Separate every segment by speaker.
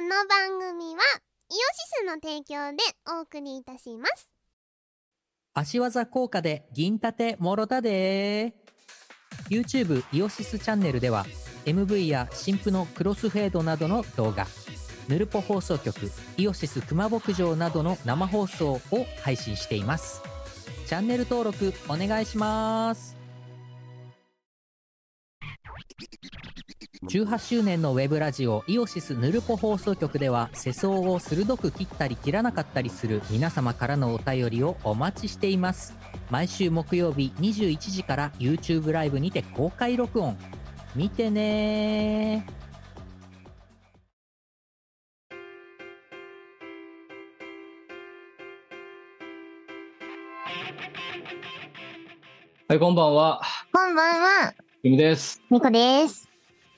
Speaker 1: の番組はイオシスの提供でお送りいたします
Speaker 2: 足技効果で銀盾もろたで YouTube イオシスチャンネルでは MV や新婦のクロスフェードなどの動画ヌルポ放送局イオシス熊牧場などの生放送を配信していますチャンネル登録お願いします18周年のウェブラジオイオシスヌルポ放送局では世相を鋭く切ったり切らなかったりする皆様からのお便りをお待ちしています毎週木曜日21時から YouTube ライブにて公開録音見てねー
Speaker 3: はい、こんばんは。
Speaker 1: こんばんは
Speaker 3: キムです。
Speaker 1: みこです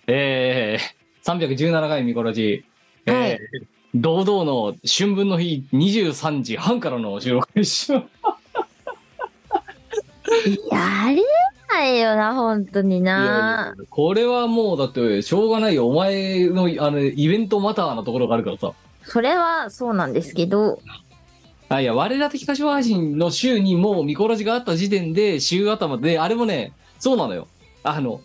Speaker 3: えー、317回ミコラジ。えー
Speaker 1: はい
Speaker 3: 堂々の春分の日23時半からの収録でしょ。
Speaker 4: やれないよな、本当に
Speaker 3: いやいや
Speaker 4: な。
Speaker 3: これはもうだってしょうがないよ。お前のあのイベントマターなところがあるからさ。
Speaker 4: それはそうなんですけど、
Speaker 3: あいや、我ら的歌唱配信の週にもうミコラジがあった時点で週頭で、あれもね、そうなのよ。あの、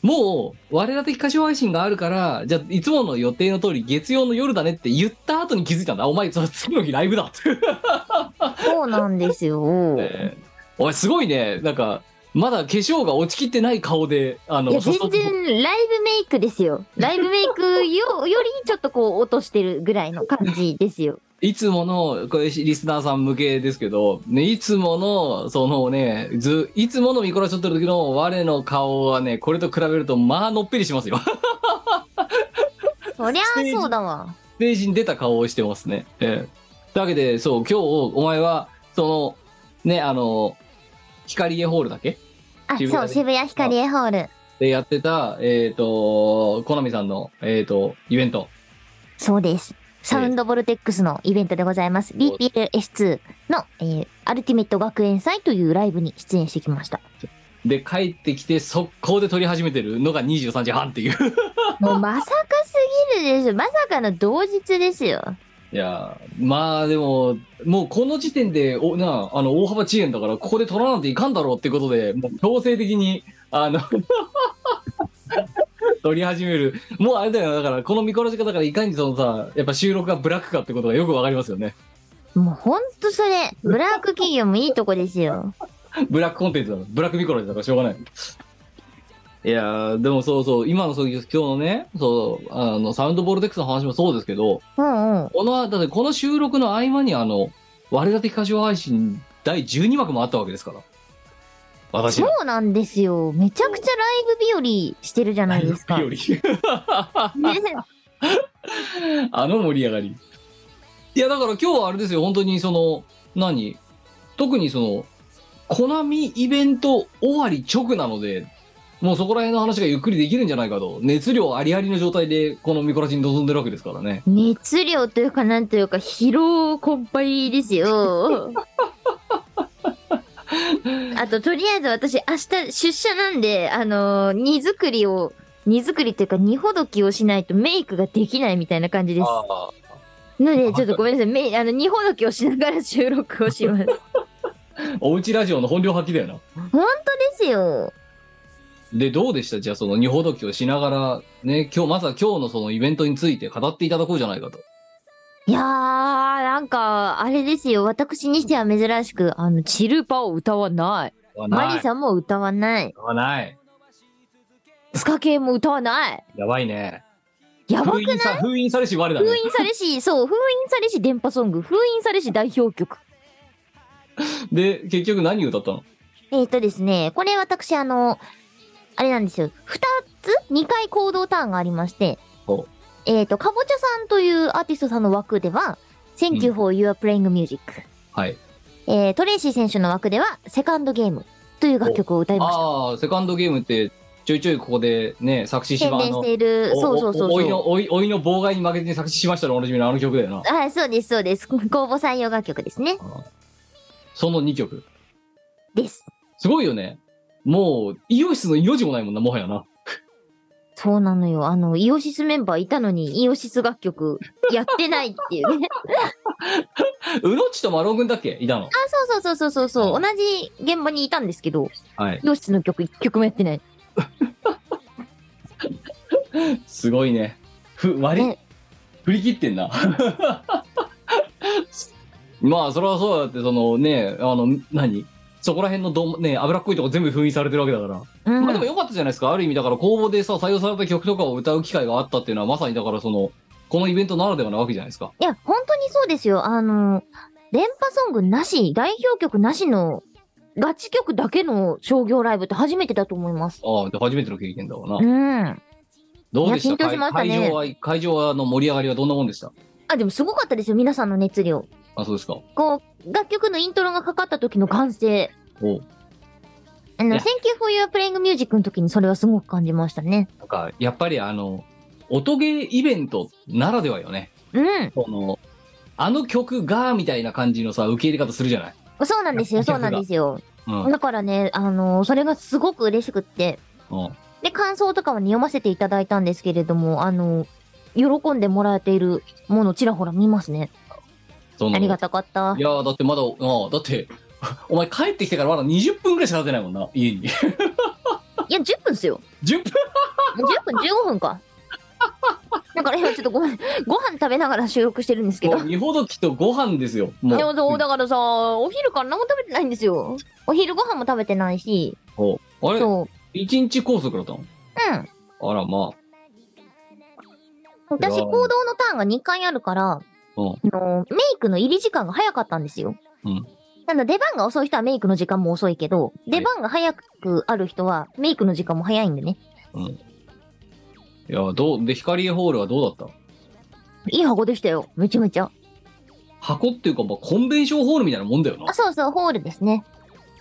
Speaker 3: もう我ら的歌唱配信があるから、じゃあいつもの予定の通り月曜の夜だねって言った後に気づいたんだ。お前、それ次の日ライブだって。
Speaker 4: そうなんですよ。
Speaker 3: えー おい、すごいね。なんか、まだ化粧が落ちきってない顔で、あ
Speaker 4: いや
Speaker 3: の、そ
Speaker 4: 全
Speaker 3: そ
Speaker 4: 然ライブメイクですよ。ライブメイクよよりちょっとこう落としてるぐらいの感じですよ。
Speaker 3: いつもの、これリスナーさん向けですけど、ね、いつもの、そのね、ず、いつものミコラショットの時の我の顔はね、これと比べると、まあ、のっぺりしますよ。
Speaker 4: そりゃあそうだわ。
Speaker 3: ステージに出た顔をしてますね。ええというわけで、そう、今日、お前は、その、ね、あの、光エホールだっけ
Speaker 4: あ、
Speaker 3: 自分
Speaker 4: そ
Speaker 3: が
Speaker 4: う、
Speaker 3: ね
Speaker 4: 渋谷ヒカリエホール。
Speaker 3: でやってた、えっ、と、コナミさんの、えっ、と、イベント。
Speaker 4: そうです。サウンドボルテックスのイベントでございます。
Speaker 3: そう
Speaker 4: BPLS2 の、えーアルティメット学園祭というライブに出演してきました。
Speaker 3: で、帰ってきて、速攻で撮り始めてるのが23時半っていう。
Speaker 4: もうまさかすぎるでしょ。まさかの同日ですよ。
Speaker 3: いやー、まあでも、もうこの時点で、おなあ、あの、大幅遅延だから、ここで取らなんていかんだろうってことで、もう強制的に、あの、 取り始める。もうあれだよな、だから、この見殺し方からいかにそのさ、やっぱ収録がブラックかってことがよくわかりますよね。
Speaker 4: もうほんとそれ、ブラック企業もいいとこですよ。
Speaker 3: ブラックコンテンツだから、ブラック見殺しだからしょうがない。いやー、でもそうそう、今のそういう、今日のね、そう、あの、サウンドボルテックスの話もそうですけど、
Speaker 4: うんうん。
Speaker 3: この、だってこの収録の合間にあの、我立て歌唱配信第12幕もあったわけですから。私
Speaker 4: そ
Speaker 3: ら。
Speaker 4: うなんですよ。めちゃくちゃライブ日和してるじゃないですか。
Speaker 3: より。
Speaker 4: ね、
Speaker 3: あの盛り上がり。いや、だから今日はあれですよ、本当にその、何特にその、コナミイベント終わり直なので、もうそこら辺の話がゆっくりできるんじゃないかと。熱量ありありの状態で、このミコラジに臨んでるわけですからね。
Speaker 4: 熱量というかなんというか疲労困憊です よ。あととりあえず私明日出社なんで、あのー荷造りを、荷造りというか荷ほどきをしないとメイクができないみたいな感じです。
Speaker 3: あ
Speaker 4: ので、ちょっとごめんなさい。めあの、荷ほどきをしながら収録をし ます。本
Speaker 3: あ。おうちラジオの本領発揮だよな。
Speaker 4: 当ですよ。
Speaker 3: で、どうでしたじゃあ、その、二ほどきをしながら、ね、今日、まずは今日のそのイベントについて語っていただこうじゃないかと。
Speaker 4: いやー、なんか、あれですよ。私にしては珍しく、あの、チルパを歌わない。マリさんも歌わない。
Speaker 3: ん。ない。
Speaker 4: スカ系も歌わない。
Speaker 3: やばいね。
Speaker 4: やば
Speaker 3: 封
Speaker 4: く
Speaker 3: 印さ、封印されし我だね
Speaker 4: 封。印されし、 そう、封印されし電波ソング、封印されし代表曲。
Speaker 3: で、結局何歌ったの
Speaker 4: えっ、とですね、これ私、あの、あれなんですよ。二つ二回行動ターンがありまして
Speaker 3: ほう、
Speaker 4: えっ、と、かぼちゃさんというアーティストさんの枠では、Thank you for your playing music。
Speaker 3: はい。
Speaker 4: えートレイシー選手の枠では、セカンドゲームという楽曲を歌いました。
Speaker 3: ああ、セカンドゲームって、ちょいちょいここでね、作詞し
Speaker 4: 宣
Speaker 3: ま、あ
Speaker 4: 伝し
Speaker 3: の、
Speaker 4: ている、
Speaker 3: お
Speaker 4: そうそうそう
Speaker 3: おおい
Speaker 4: そう。
Speaker 3: の、おい、おいの妨害に負けて作詞しましたのおなじみのあの曲だよな。
Speaker 4: はい、そうです、そうです。公募採用楽曲ですね。
Speaker 3: その2曲。
Speaker 4: です。
Speaker 3: すごいよね。もう、イオシスの4時もないもんな、もはやな。
Speaker 4: そうなのよ。あの、イオシスメンバーいたのに、イオシス楽曲やってないっていう ね。
Speaker 3: うろっちとマロン君だっけいたの。
Speaker 4: あ、そうそうそうそうそうそう。同じ現場にいたんですけど、
Speaker 3: はい。
Speaker 4: イオシスの曲一曲もやってない。
Speaker 3: すごいね。ふ、割り
Speaker 4: ね、
Speaker 3: 振り切ってんな。 まあ、それはそうだって、そのね、あの、何そこら辺のどん、ね、脂っこいとこ全部封印されてるわけだから。
Speaker 4: うん
Speaker 3: まあでも良かったじゃないですか。ある意味、だから公募でさ、採用された曲とかを歌う機会があったっていうのは、まさにだからその、このイベントならではなわけじゃないですか。
Speaker 4: いや、本当にそうですよ。あの、連覇ソングなし、代表曲なしの、ガチ曲だけの商業ライブって初めてだと思います。
Speaker 3: ああ、で初めての経験だわな。
Speaker 4: うん。
Speaker 3: どうでし
Speaker 4: い
Speaker 3: た
Speaker 4: や緊張しました
Speaker 3: 会
Speaker 4: ね
Speaker 3: 会場は、会場はあの盛り上がりはどんなもんでした
Speaker 4: あ、でもすごかったですよ、皆さんの熱量。
Speaker 3: あ、そうですか。
Speaker 4: こう、楽曲のイントロがかかった時の歓声。
Speaker 3: おう
Speaker 4: あ
Speaker 3: い
Speaker 4: の、
Speaker 3: や
Speaker 4: Thank you for your playing music の時にそれはすごく感じましたね。
Speaker 3: なんか、やっぱりあの、音ゲーイベントならではよね。
Speaker 4: うん。
Speaker 3: この、あの曲が、みたいな感じのさ、受け入れ方するじゃない
Speaker 4: そうなんですよ、そうなんですよ。
Speaker 3: うん。うん。
Speaker 4: だからね、あの、それがすごく嬉しくって。で、感想とかはね読ませていただいたんですけれども、あの、喜んでもらえているものちらほら見ますね。
Speaker 3: その
Speaker 4: ありがたかった
Speaker 3: い。やーだってまだ、ああだって、お前帰ってきてからまだ20分ぐらいしか経ってないもんな、家に。
Speaker 4: いや、10分っすよ。
Speaker 3: 10分
Speaker 4: 10分、15分か。 だから今ちょっとごめん、ご飯食べながら収録してるんですけど。
Speaker 3: もう、見ほどきとご飯ですよ。も
Speaker 4: でもそう
Speaker 3: う。
Speaker 4: だからさ、お昼から何も食べてないんですよ。お昼ご飯も食べてないし、
Speaker 3: おあれ
Speaker 4: そ
Speaker 3: 一日拘束だったの
Speaker 4: う。うん。
Speaker 3: あら、まあ。
Speaker 4: 私、
Speaker 3: いやー
Speaker 4: 行動のターンが2回あるから、
Speaker 3: うん
Speaker 4: あのメイクの入り時間が早かったんですよ。
Speaker 3: うん
Speaker 4: ただ出番が遅い人はメイクの時間も遅いけど、出番が早くある人はメイクの時間も早いんでね。
Speaker 3: いやーどう、で、光ホールはどうだった
Speaker 4: いい箱でしたよ。めちゃめちゃ。
Speaker 3: 箱っていうか、まあ、コンベンションホールみたいなもんだよな。だ
Speaker 4: あ、
Speaker 3: か
Speaker 4: そうそう、ホールですね。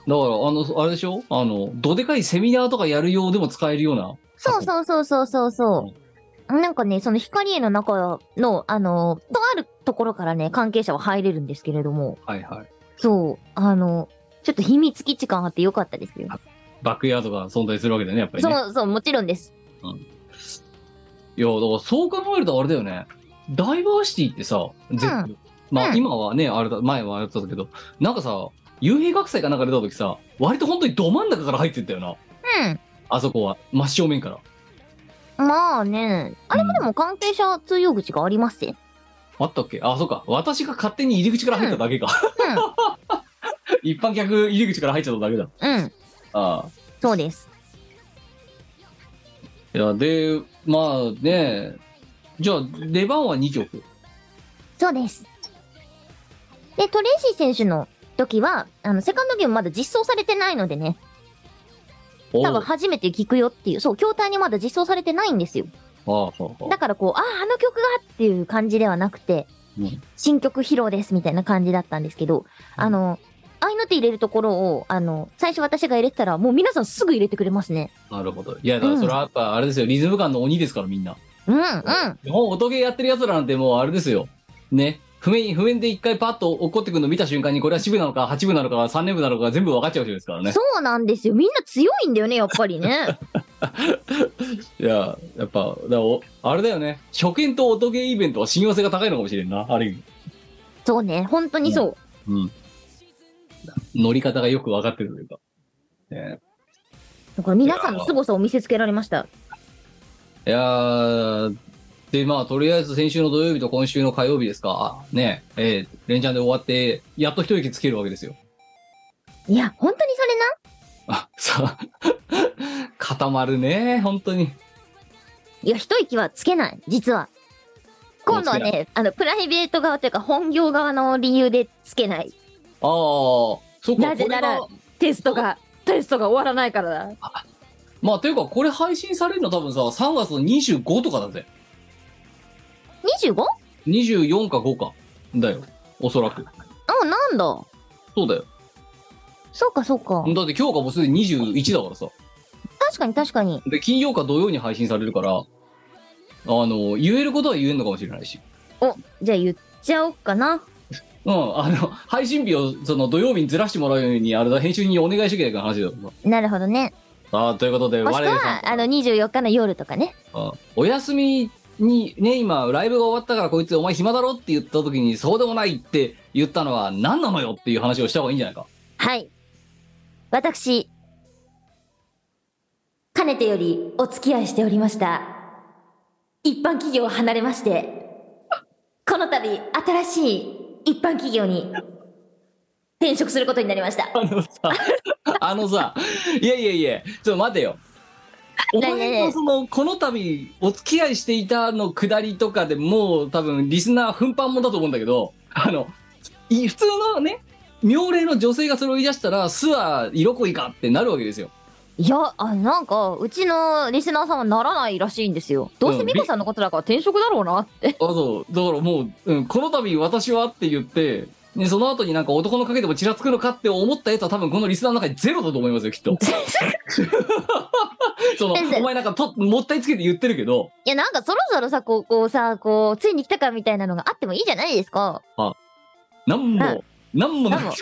Speaker 3: ら、あの、あれでしょあの、どでかいセミナーとかやるようでも使えるような。
Speaker 4: そうそうそうそうそうそう。なんかね、その光栄の中の、あの、とあるところからね、関係者は入れるんですけれども、
Speaker 3: はいはい。
Speaker 4: そう、あの、ちょっと秘密基地感あってよかったですよ。
Speaker 3: バックヤードが存在するわけだよね、やっぱりね。
Speaker 4: そうそう、もちろんです。
Speaker 3: いや、だからそう考えるとあれだよね。ダイバーシティってさ、ぜ
Speaker 4: うん
Speaker 3: ま
Speaker 4: う
Speaker 3: あ
Speaker 4: ん
Speaker 3: 今はね、あれだ、前はあれだったけど、なんかさ、幽閉学祭かなんか出た時さ、割と本当にど真ん中から入ってったよな。
Speaker 4: うん。
Speaker 3: あそこは、真正面から。
Speaker 4: まあね、あれもでも関係者通用口がありますよ。
Speaker 3: あったっけあ、そうか。私が勝手に入り口から入っただけか。 一般客入り口から入っちゃっただけだ。
Speaker 4: うん、うん、
Speaker 3: ああ。
Speaker 4: そうです。
Speaker 3: いや、で、まあね、じゃあ出番は2曲。
Speaker 4: そうです。で、トレイシー選手の時は、あの、セカンドゲームまだ実装されてないのでね、
Speaker 3: おう
Speaker 4: 多分初めて聞くよっていう、そう、筐体にまだ実装されてないんですよ。
Speaker 3: ああ、そうか
Speaker 4: だからこう、ああ、あの曲がっていう感じではなくて、
Speaker 3: うん
Speaker 4: 新曲披露ですみたいな感じだったんですけど、あの、合いの手入れるところを、あの、最初私が入れてたら、もう皆さんすぐ入れてくれますね。
Speaker 3: なるほど。いや、だからそれはやっぱあれですよ。リズム感の鬼ですから、みんな。
Speaker 4: うん、うん。
Speaker 3: 日本音ゲーやってる奴らなんてもうあれですよ。ね。譜面、譜面で一回パッと落っこってくるの見た瞬間に、これは四部なのか、八部なのか、三年部なのか、全部分かっちゃう人ですからね。
Speaker 4: そうなんですよ。みんな強いんだよね、やっぱ りね。
Speaker 3: いや、やっぱ、だおあれだよね。初見と音ゲーイベントは信用性が高いのかもしれんな、ある意味。
Speaker 4: そうね、本当にそう。
Speaker 3: うん。乗り方がよく分かってるというか。ね
Speaker 4: だから皆さんの凄さを見せつけられました。
Speaker 3: いやー、で、まあ、とりあえず先週の土曜日と今週の火曜日ですか。ね。えー、連チャンで終わって、やっと一息つけるわけですよ。
Speaker 4: いや、本当にそれな。
Speaker 3: あ、さ、固まるね、本当に。
Speaker 4: いや、一息はつけない、実は。今度は
Speaker 3: もうつ
Speaker 4: ね、あの、プライベート側というか、本業側の理由でつけない。
Speaker 3: ああ、そっか。
Speaker 4: なぜなら
Speaker 3: これが
Speaker 4: テストが、テストが終わらないからだ。
Speaker 3: まあ、というか、これ配信されるの多分さ、3月の25とかだぜ。
Speaker 4: 25?
Speaker 3: 24か5か。だよ。おそらく。
Speaker 4: あ、なんだ。
Speaker 3: そうだよ。
Speaker 4: そうか、そうか。
Speaker 3: だって今日がもうすでに21だからさ。
Speaker 4: 確かに、確かに。
Speaker 3: で、金曜か土曜に配信されるから、あの、言えることは言えるのかもしれないし。
Speaker 4: じゃあ言っちゃおうかな。
Speaker 3: うん、あの、配信日をその土曜日にずらしてもらうように、あれだ、編集にお願いしときゃいけないから話だよ。
Speaker 4: なるほどね。
Speaker 3: あーということで、
Speaker 4: も
Speaker 3: 我
Speaker 4: しく
Speaker 3: 々さん
Speaker 4: は、あの、24日の夜とかね。
Speaker 3: あお休みにね、今、ライブが終わったからこいつお前暇だろって言った時に、そうでもないって言ったのは何なのよっていう話をした方がいいんじゃないか。
Speaker 4: はい。私、かねてよりお付き合いしておりました。一般企業を離れまして、この度、新しい一般企業に転職することになりました。
Speaker 3: あのさ、 あのさ、いやいやいや、ちょっと待てよ。お
Speaker 4: ねえねえねえ
Speaker 3: 前のその、この度、お付き合いしていたのくだりとかでもう多分、リスナー奮発もんだと思うんだけど、あの、い普通のね、妙齢の女性がそれを言い出したら、すは色恋かってなるわけですよ。
Speaker 4: いや、あなんか、うちのリスナーさんはならないらしいんですよ。どう
Speaker 3: う
Speaker 4: せ
Speaker 3: ん
Speaker 4: ミカさんのことだから転職だろうなって。
Speaker 3: あそうだからもう、うん、この度私はって言って、ね、その後になんか男の影でもちらつくのかって思ったやつは多分このリスナーの中にゼロだと思いますよきっ とその
Speaker 4: 先生
Speaker 3: お前なんかともったいつけて言ってるけど
Speaker 4: いや、なんかそろそろさ、こう、こうさ、こう、ついに来たかみたいなのがあってもいいじゃないです か。
Speaker 3: なんも、
Speaker 4: うん
Speaker 3: なんもな
Speaker 4: な
Speaker 3: い
Speaker 4: んもま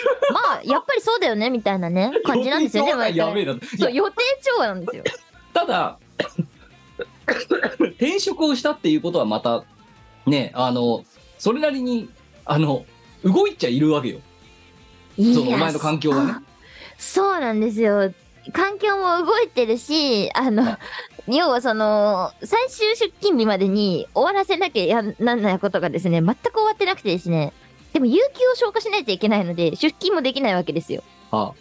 Speaker 4: あ、やっぱりそうだよね、みたいなね、感じなんで すよね、毎
Speaker 3: やべ
Speaker 4: 回。
Speaker 3: えなとい
Speaker 4: そ
Speaker 3: や
Speaker 4: う、予定調和なんですよ。
Speaker 3: ただ 転職をしたっていうことはまたねあのそれなりにあの動いちゃいるわけよそのお前の環境がね
Speaker 4: あそうなんですよ。環境も動いてるし、あの
Speaker 3: は、
Speaker 4: 要はその、最終出勤日までに終わらせなきゃやんなんないことがですね、全く終わってなくてですね、でも有給を消化しないといけないので、出勤もできないわけですよ。
Speaker 3: あ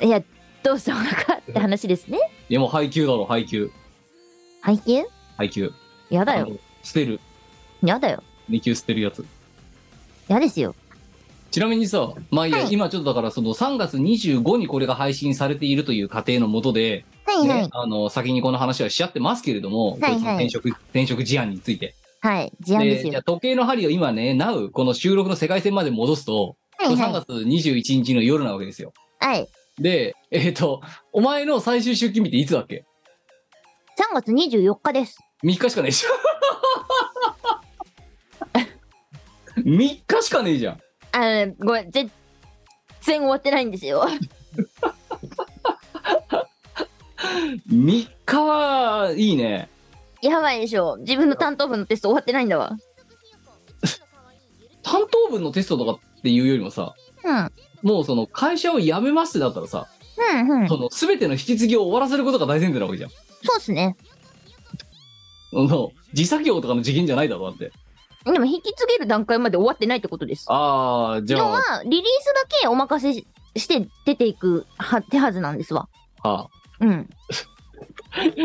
Speaker 4: いや、どうしたものかって話ですね。
Speaker 3: いやもう配給だろ配給
Speaker 4: 配給
Speaker 3: 配給
Speaker 4: やだ
Speaker 3: あ
Speaker 4: よ。
Speaker 3: の捨てる
Speaker 4: やだよ。
Speaker 3: 2級捨てるやつ
Speaker 4: やですよ。
Speaker 3: ちなみにさ、まあいいや
Speaker 1: はい
Speaker 3: 今ちょっとだからその3月25にこれが配信されているという過程のもとで、
Speaker 1: はいはい
Speaker 3: ね、あの、先にこの話はしちゃってますけれども、
Speaker 1: はいはい
Speaker 3: こいつの転職、転職事案について。
Speaker 4: はい、事案です
Speaker 3: じゃ
Speaker 4: よ
Speaker 3: あ。時計の針を今ね、なう、この収録の世界線まで戻すと、
Speaker 1: はいは
Speaker 3: 3
Speaker 1: い
Speaker 3: 月21日の夜なわけですよ。
Speaker 4: はい。
Speaker 3: で、えっ、と、お前の最終出勤日っていつだっけ
Speaker 4: 3月24日です。
Speaker 3: ?3 日しかねえじゃ ん。3日しかねえじゃん。
Speaker 4: あのね、ごめん、全然終わってないんですよ。
Speaker 3: 3日はいいね。
Speaker 4: やばいでしょ。自分の担当部のテスト終わってないんだわ。
Speaker 3: 担当分のテストとかっていうよりもさ、
Speaker 4: うん。うん
Speaker 3: もうその会社を辞めますってだったらさ、
Speaker 4: うん。そ
Speaker 3: その全ての引き継ぎを終わらせることが大前提なわけじゃん。
Speaker 4: うっすね。
Speaker 3: その自作業とかの次元じゃないだろ、だって。
Speaker 4: でも引き継げる段階まで終わってないってことです。
Speaker 3: ああ、じゃ
Speaker 4: の
Speaker 3: あ、
Speaker 4: は、リリースだけお任せしして出ていくは手はずなんですわ。
Speaker 3: あ
Speaker 4: うん。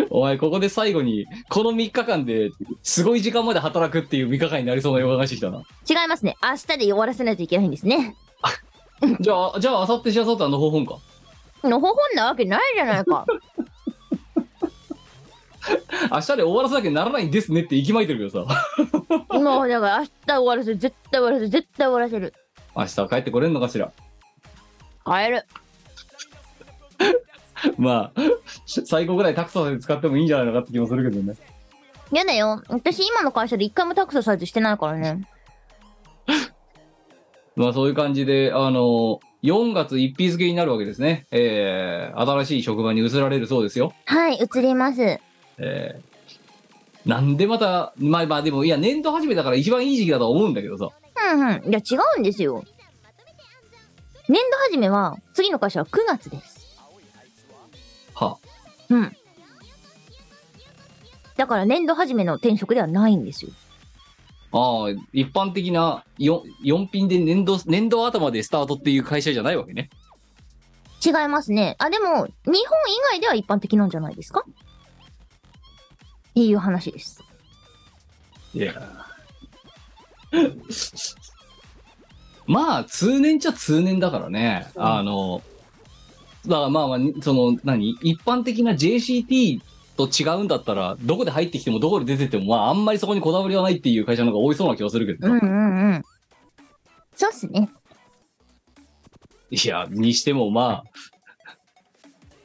Speaker 3: お前ここで最後に、この3日間ですごい時間まで働くっていう3日間になりそうな予感がしてきたな。
Speaker 4: 違いますね。明日で終わらせないといけないんですね。
Speaker 3: じゃあ、じゃあ、あさってしあさってあの方本か。
Speaker 4: のほほんなわけないじゃない か。
Speaker 3: 明日で終わらせなきゃならないんですねって息巻いてるけどさ、
Speaker 4: もうだから明日終わらせる。絶対終わらせる。絶対終わらせる。
Speaker 3: 明日帰ってこれんのかしら。
Speaker 4: 帰る。
Speaker 3: まあ、最後ぐらいタクサで使ってもいいんじゃないのかって気もするけどね。
Speaker 4: やだよ。私今の会社で一回もタクササイズしてないからね。
Speaker 3: まあそういう感じで、あの、4月一日付になるわけですね。えー、新しい職場に移られるそうですよ。
Speaker 4: はい、移ります。
Speaker 3: えー、なんでまた、まあまあでも、いや、年度始めだから一番いい時期だとは思うんだけどさ。
Speaker 4: うんうん。いや、違うんですよ。年度始めは、次の会社は9月です。
Speaker 3: はあ
Speaker 4: うん。だから年度始めの転職ではないんですよ。
Speaker 3: ああ、一般的な 4, 4品で年度、年度頭でスタートっていう会社じゃないわけね。
Speaker 4: 違いますね。あ、でも、日本以外では一般的なんじゃないですかっていう話です。
Speaker 3: いや。まあ、通年っちゃ通年だからね。あの、だからまあまあ、その、何一般的な JCT と違うんだったら、どこで入ってきてもどこで出てっても、まあ、あんまりそこにこだわりはないっていう会社の方が多いそうな気がするけど
Speaker 4: うん
Speaker 3: さ、
Speaker 4: うんうん。そうっすね。
Speaker 3: いや、にしてもまあ、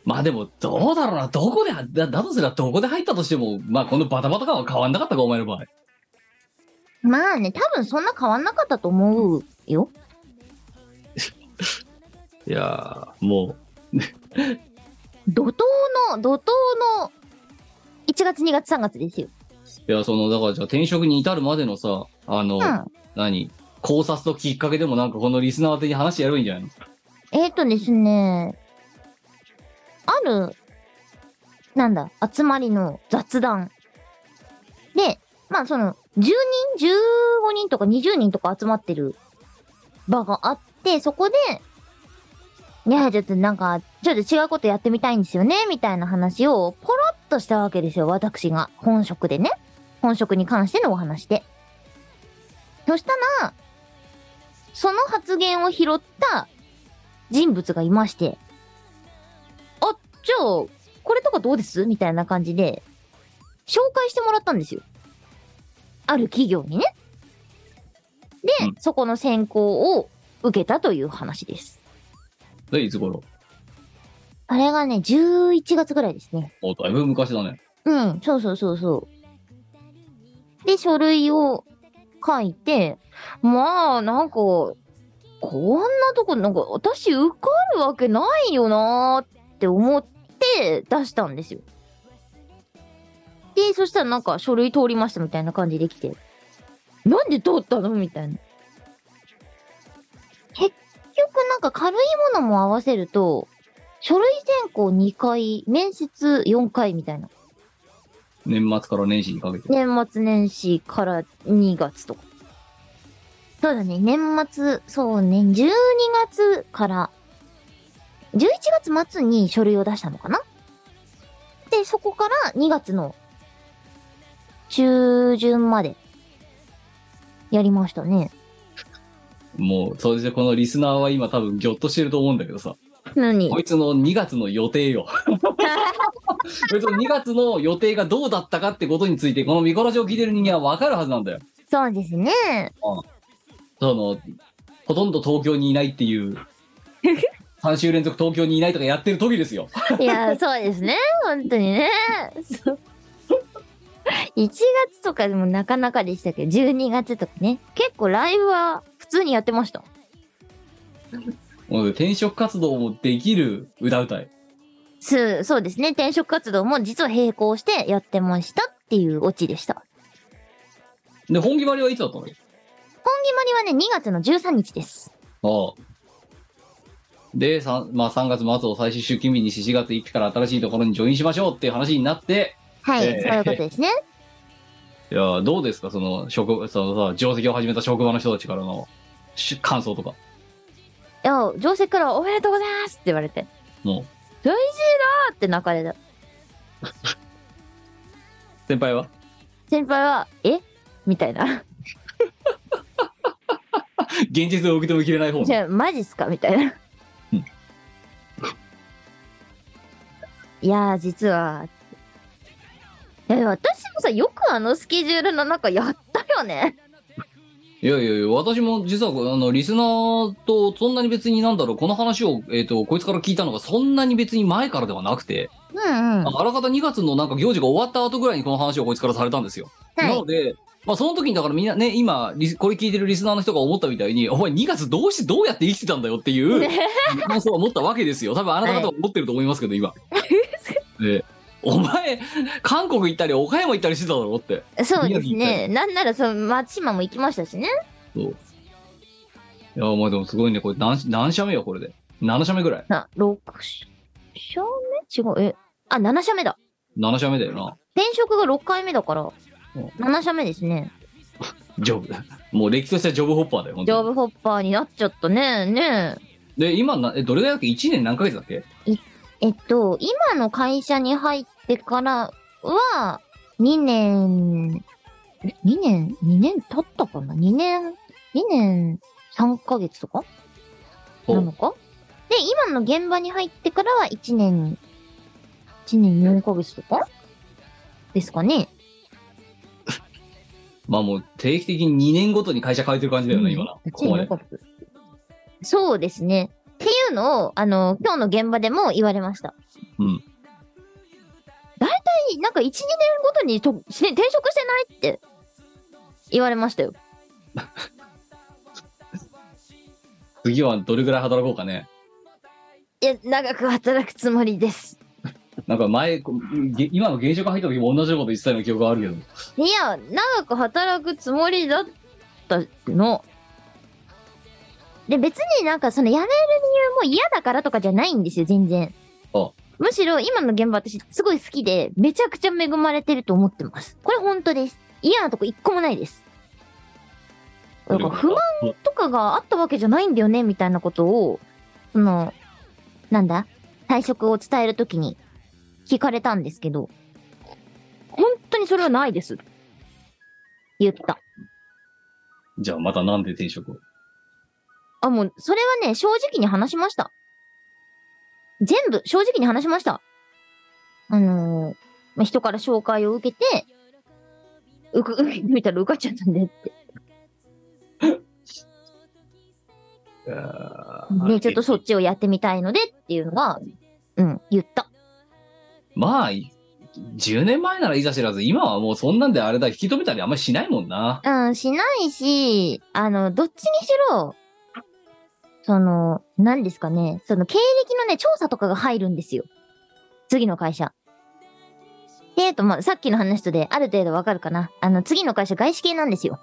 Speaker 3: まあでも、どうだろうな、どこで、だだとすればどこで入ったとしても、まあこのバタバタ感は変わんなかったか、お前の場合。
Speaker 4: まあね、多分そんな変わんなかったと思うよ。
Speaker 3: いやーもう、
Speaker 4: 怒涛の、怒涛の、1月、2月、3月ですよ。
Speaker 3: いや、その、だからじゃあ転職に至るまでのさ、あの、
Speaker 4: うん。
Speaker 3: 何考察ときっかけでもなんかこのリスナー宛てに話やればいいんじゃないの
Speaker 4: えっ、ー、とですね、ある、なんだ、集まりの雑談。で、まあその、10人、15人とか20人とか集まってる場があって、そこで、いや、ちょっとなんか、ちょっと違うことやってみたいんですよね、みたいな話をポロッとしたわけですよ、私が。本職でね。本職に関してのお話で。そしたら、その発言を拾った人物がいまして、あ、じゃあ、これとかどうですみたいな感じで、紹介してもらったんですよ。ある企業にね。で、
Speaker 3: うん
Speaker 4: そこの選考を受けたという話です。
Speaker 3: で、いつ頃
Speaker 4: あれがね、11月ぐらいですね。
Speaker 3: お、だいぶ昔だね。
Speaker 4: うん、そうそうそうそう。で、書類を書いて、まあ、なんか、こんなとこ、なんか、私受かるわけないよなーって思って出したんですよ。で、そしたらなんか、書類通りましたみたいな感じで来て、なんで通ったのみたいな。結局、なんか軽いものも合わせると、書類選考2回、面接4回みたいな。
Speaker 3: 年末から年始にかけて。
Speaker 4: 年末年始から2月とか。そうだね、年末、そうね、12月から、11月末に書類を出したのかなで、そこから2月の中旬までやりましたね。
Speaker 3: もう、それでこのリスナーは今多分ギョッとしてると思うんだけどさ、
Speaker 4: 何
Speaker 3: こいつの2月の予定よ。別に2月の予定がどうだったかってことについて、この見殺しを聞いてる人間はわかるはずなんだよ。
Speaker 4: そうですね。
Speaker 3: その、ほとんど東京にいないっていう、3週連続東京にいないとかやってる時ですよ。
Speaker 4: いや、そうですね。本当にね。そう1月とかでもなかなかでしたけど、12月とかね。結構ライブは普通にやってました。
Speaker 3: もう転職活動もできる歌歌い。
Speaker 4: すそうですね。転職活動も実は並行してやってましたっていうオチでした。
Speaker 3: で、本決まりはいつだったのよ。
Speaker 4: 本決まりはね、2月の13日です。
Speaker 3: ああ。で、さまあ、3月末を最終出勤日にして4月1日から新しいところにジョインしましょうっていう話になって、
Speaker 4: はい、
Speaker 3: ええ
Speaker 4: そういうことですね。
Speaker 3: いや、どうですか、その、職、そのさ、定石を始めた職場の人たちからのし感想とか。
Speaker 4: いや、定石からおめでとうございますって言われて、
Speaker 3: も
Speaker 4: 大事だーって泣かれた。
Speaker 3: う、先輩は
Speaker 4: 先輩は、えみたいな。
Speaker 3: 現実を受け止めきれない方
Speaker 4: じゃあ、マジっすかみたいな
Speaker 3: うん。
Speaker 4: いやー、実は。いや、私もさ、よくあのスケジュールの中やったよね。
Speaker 3: いやいやいや、私も実は、あの、リスナーと、そんなに別になんだろう、この話を、えっ、と、こいつから聞いたのが、そんなに別に前からではなくて、
Speaker 4: うんうん。
Speaker 3: あらかた2月のなんか行事が終わった後ぐらいにこの話をこいつからされたんですよ。
Speaker 4: は
Speaker 3: ないの。で、まあ、その時にだからみんなね、今、リスこれ聞いてるリスナーの人が思ったみたいに、お前2月どうしてどうやって生きてたんだよっていう
Speaker 4: ね
Speaker 3: 感想を持ったわけですよ。多分あなた方は思ってると思いますけど、 今。でお前、韓国行ったり、岡山行ったりしてただろって。
Speaker 4: そう
Speaker 3: 宮
Speaker 4: です
Speaker 3: 城行った
Speaker 4: ね。なんならその松島も行きましたしね。
Speaker 3: そう。いや、お前でもすごいね。これ何、何社目よ、これで。7社目ぐらい。
Speaker 4: な、6社目違う。え、あ、7社目だ。
Speaker 3: 7社目だよな。
Speaker 4: 転職が6回目だから
Speaker 3: うん、
Speaker 4: 7社目ですね。
Speaker 3: ジョブ。 もう歴史としてはジョブホッパーだよ、本
Speaker 4: ジ
Speaker 3: 当
Speaker 4: ョ
Speaker 3: に。
Speaker 4: ブホッパーになっちゃったね。ね
Speaker 3: で、今な、え、どれだけ ?1 年何ヶ月だっけ
Speaker 4: え。えっと、今の会社に入ってからは、2年、え2年 ?2 年経ったかな ?2 年、2年3ヶ月とか
Speaker 3: ほ
Speaker 4: な
Speaker 3: う
Speaker 4: のかで、今の現場に入ってからは1年、1年4ヶ月とかですかね。
Speaker 3: まあもう定期的に2年ごとに会社変えてる感じだよね、今な。
Speaker 4: うん
Speaker 3: ここまで
Speaker 4: 1年4ヶ月そうですね。っていうのを、あの、今日の現場でも言われました。
Speaker 3: うん。
Speaker 4: 大体、なんか1、2年ごとにとし転職してないって言われましたよ。
Speaker 3: 次はどれぐらい働こうかね。
Speaker 4: いや、長く働くつもりです。
Speaker 3: なんか前、こげ今の現職入った時も同じようなこと言ってたような記憶があるけど。
Speaker 4: いや、長く働くつもりだったの。で、別になんかその辞める理由も嫌だからとかじゃないんですよ、全然
Speaker 3: あ。
Speaker 4: むしろ今の現場私すごい好きで、めちゃくちゃ恵まれてると思ってます。これ本当です。嫌なとこ一個もないです。だから不満
Speaker 3: 満
Speaker 4: とかがあったわけじゃないんだよね、みたいなことを、その、なんだ退職を伝えるときに聞かれたんですけど、本当にそれはないです。言った。
Speaker 3: じゃあまたなんで転職を
Speaker 4: あ、もう、それはね、正直に話しました。全部、正直に話しました。あのーまあ、人から紹介を受けて、うく、受けてみたら受かっちゃったんでって。ね、ちょっとそっちをやってみたいのでっていうのが、うん、言った。
Speaker 3: まあ、い10年前ならいざ知らず、今はもうそんなんであれだ、引き止めたりあんまりしないもんな。
Speaker 4: うん、しないし、あの、どっちにしろ、その、何ですかね、その経歴のね、調査とかが入るんですよ。次の会社。で、あと、まあ、さっきの話とで、ある程度わかるかな。あの、次の会社、外資系なんですよ。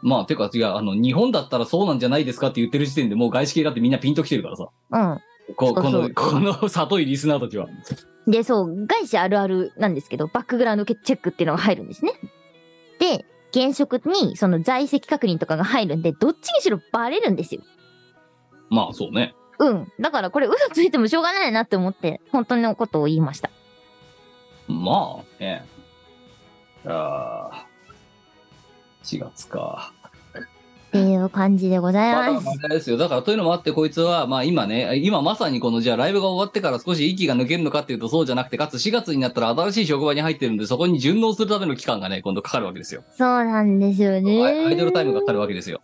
Speaker 3: まあ、てか、違う、あの、日本だったらそうなんじゃないですかって言ってる時点でもう外資系だってみんなピンときてるからさ。
Speaker 4: うん。
Speaker 3: こ
Speaker 4: そう
Speaker 3: こ
Speaker 4: そ
Speaker 3: の、
Speaker 4: う
Speaker 3: この、里いリスナーたちは。
Speaker 4: で、そう、外資あるあるなんですけど、バックグラウンドチェックっていうのが入るんですね。で、現職に、その在籍確認とかが入るんで、どっちにしろバレるんですよ。
Speaker 3: まあ、そうね。
Speaker 4: うん。だから、これ嘘ついてもしょうがないなって思って、本当のことを言いました。
Speaker 3: まあ、ね。ああ、4月か。
Speaker 4: っていう感じでござい
Speaker 3: まだ
Speaker 4: ます。
Speaker 3: まだですよ。だからというのもあって、こいつは、まあ今ね、今まさにこの、じゃあライブが終わってから少し息が抜けるのかっていうとそうじゃなくて、かつ4月になったら新しい職場に入ってるんで、そこに順応するための期間がね、今度かかるわけですよ。
Speaker 4: そうなんですよね。
Speaker 3: アイアイドルタイムがかかるわけですよ。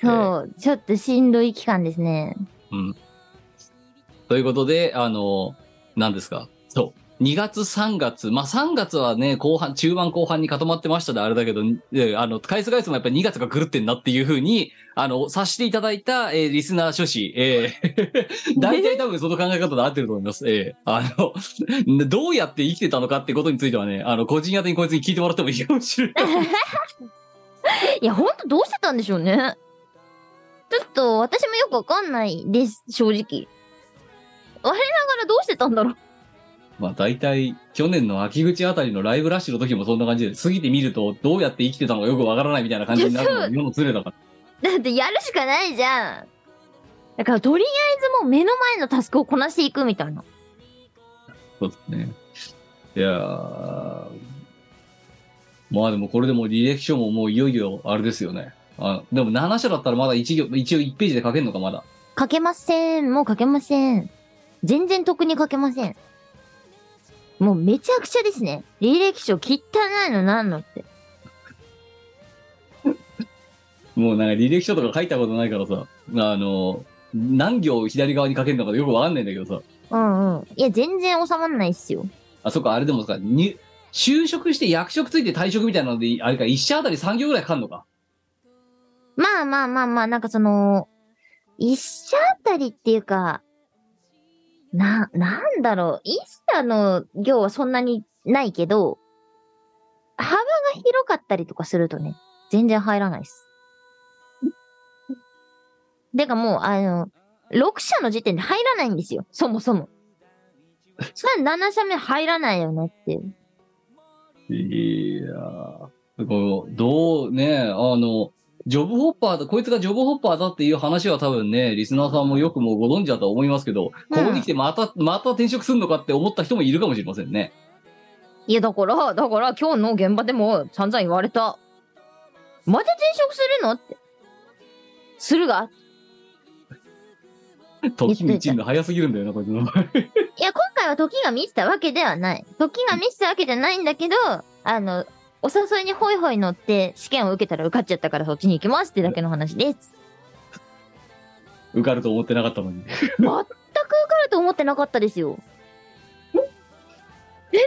Speaker 4: そう、ちょっとしんどい期間で すね。
Speaker 3: うん。ということで、あの、何ですか。そう。2月、3月。まあ、3月はね、後半、中盤後半に固まってましたで、あれだけど、えあの、回数回数もやっぱり2月が狂ってんなっていうふうに、あの、察していただいた、えーリスナー諸子、えー大体多分その考え方で合ってると思います。えーあの、 どうやって生きてたのかってことについてはね、あの、個人宛てにこいつに聞いてもらってもいいかもしれない。
Speaker 4: いや、ほんとどうしてたんでしょうね。ちょっと私もよくわかんないです、正直。我ながらどうしてたんだろう。
Speaker 3: まあ大体、去年の秋口あたりのライブラッシュの時もそんな感じで、過ぎてみると、どうやって生きてたのかよくわからないみたいな感じになるのが世の常だから。
Speaker 4: だってやるしかないじゃん。だからとりあえずもう目の前のタスクをこなしていくみたいな。
Speaker 3: そうですね。いやー。まあでもこれでもう履歴書ももういよいよあれですよね。あでも7社だったらまだ一行、一応1ページで書けるのかまだ。
Speaker 4: 書けません。もう書けません。全然得に書けません。もうめちゃくちゃですね。履歴書汚いのなんのって。
Speaker 3: もうなんか履歴書とか書いたことないからさ、あの、何行左側に書けるのかよくわかんないんだけどさ。
Speaker 4: うんうん。いや、全然収まんないっすよ。
Speaker 3: あ、そっか、あれでもさ、に就職して役職ついて退職みたいなので、あれか、1社あたり3行ぐらいかかんのか。
Speaker 4: まあまあまあまあ、なんかその、一社あたりっていうか、な、なんだろう。一社の行はそんなにないけど、幅が広かったりとかするとね、全然入らないっす。てかもう、あの、6社の時点で入らないんですよ。そもそも。それは7社目入らないよねっていう。
Speaker 3: いやーこうどうね、あの、ジョブホッパーだ、こいつがジョブホッパーだっていう話は多分ね、リスナーさんもよくもうご存知だと思いますけど、
Speaker 4: うん
Speaker 3: ここに来てまた、また転職するのかって思った人もいるかもしれませんね。
Speaker 4: いや、だから、だから、今日の現場でも散々言われた。また転職するのって。するが
Speaker 3: 時に一の早すぎるんだよな、こいつの場合。
Speaker 4: いや、今回は時が満ちたわけではない。時が満ちたわけじゃないんだけど、あの、お誘いにホイホイ乗って試験を受けたら受かっちゃったからそっちに行きますってだけの話です。
Speaker 3: 受かると思ってなかったのに。
Speaker 4: 全く受かると思ってなかったですよ。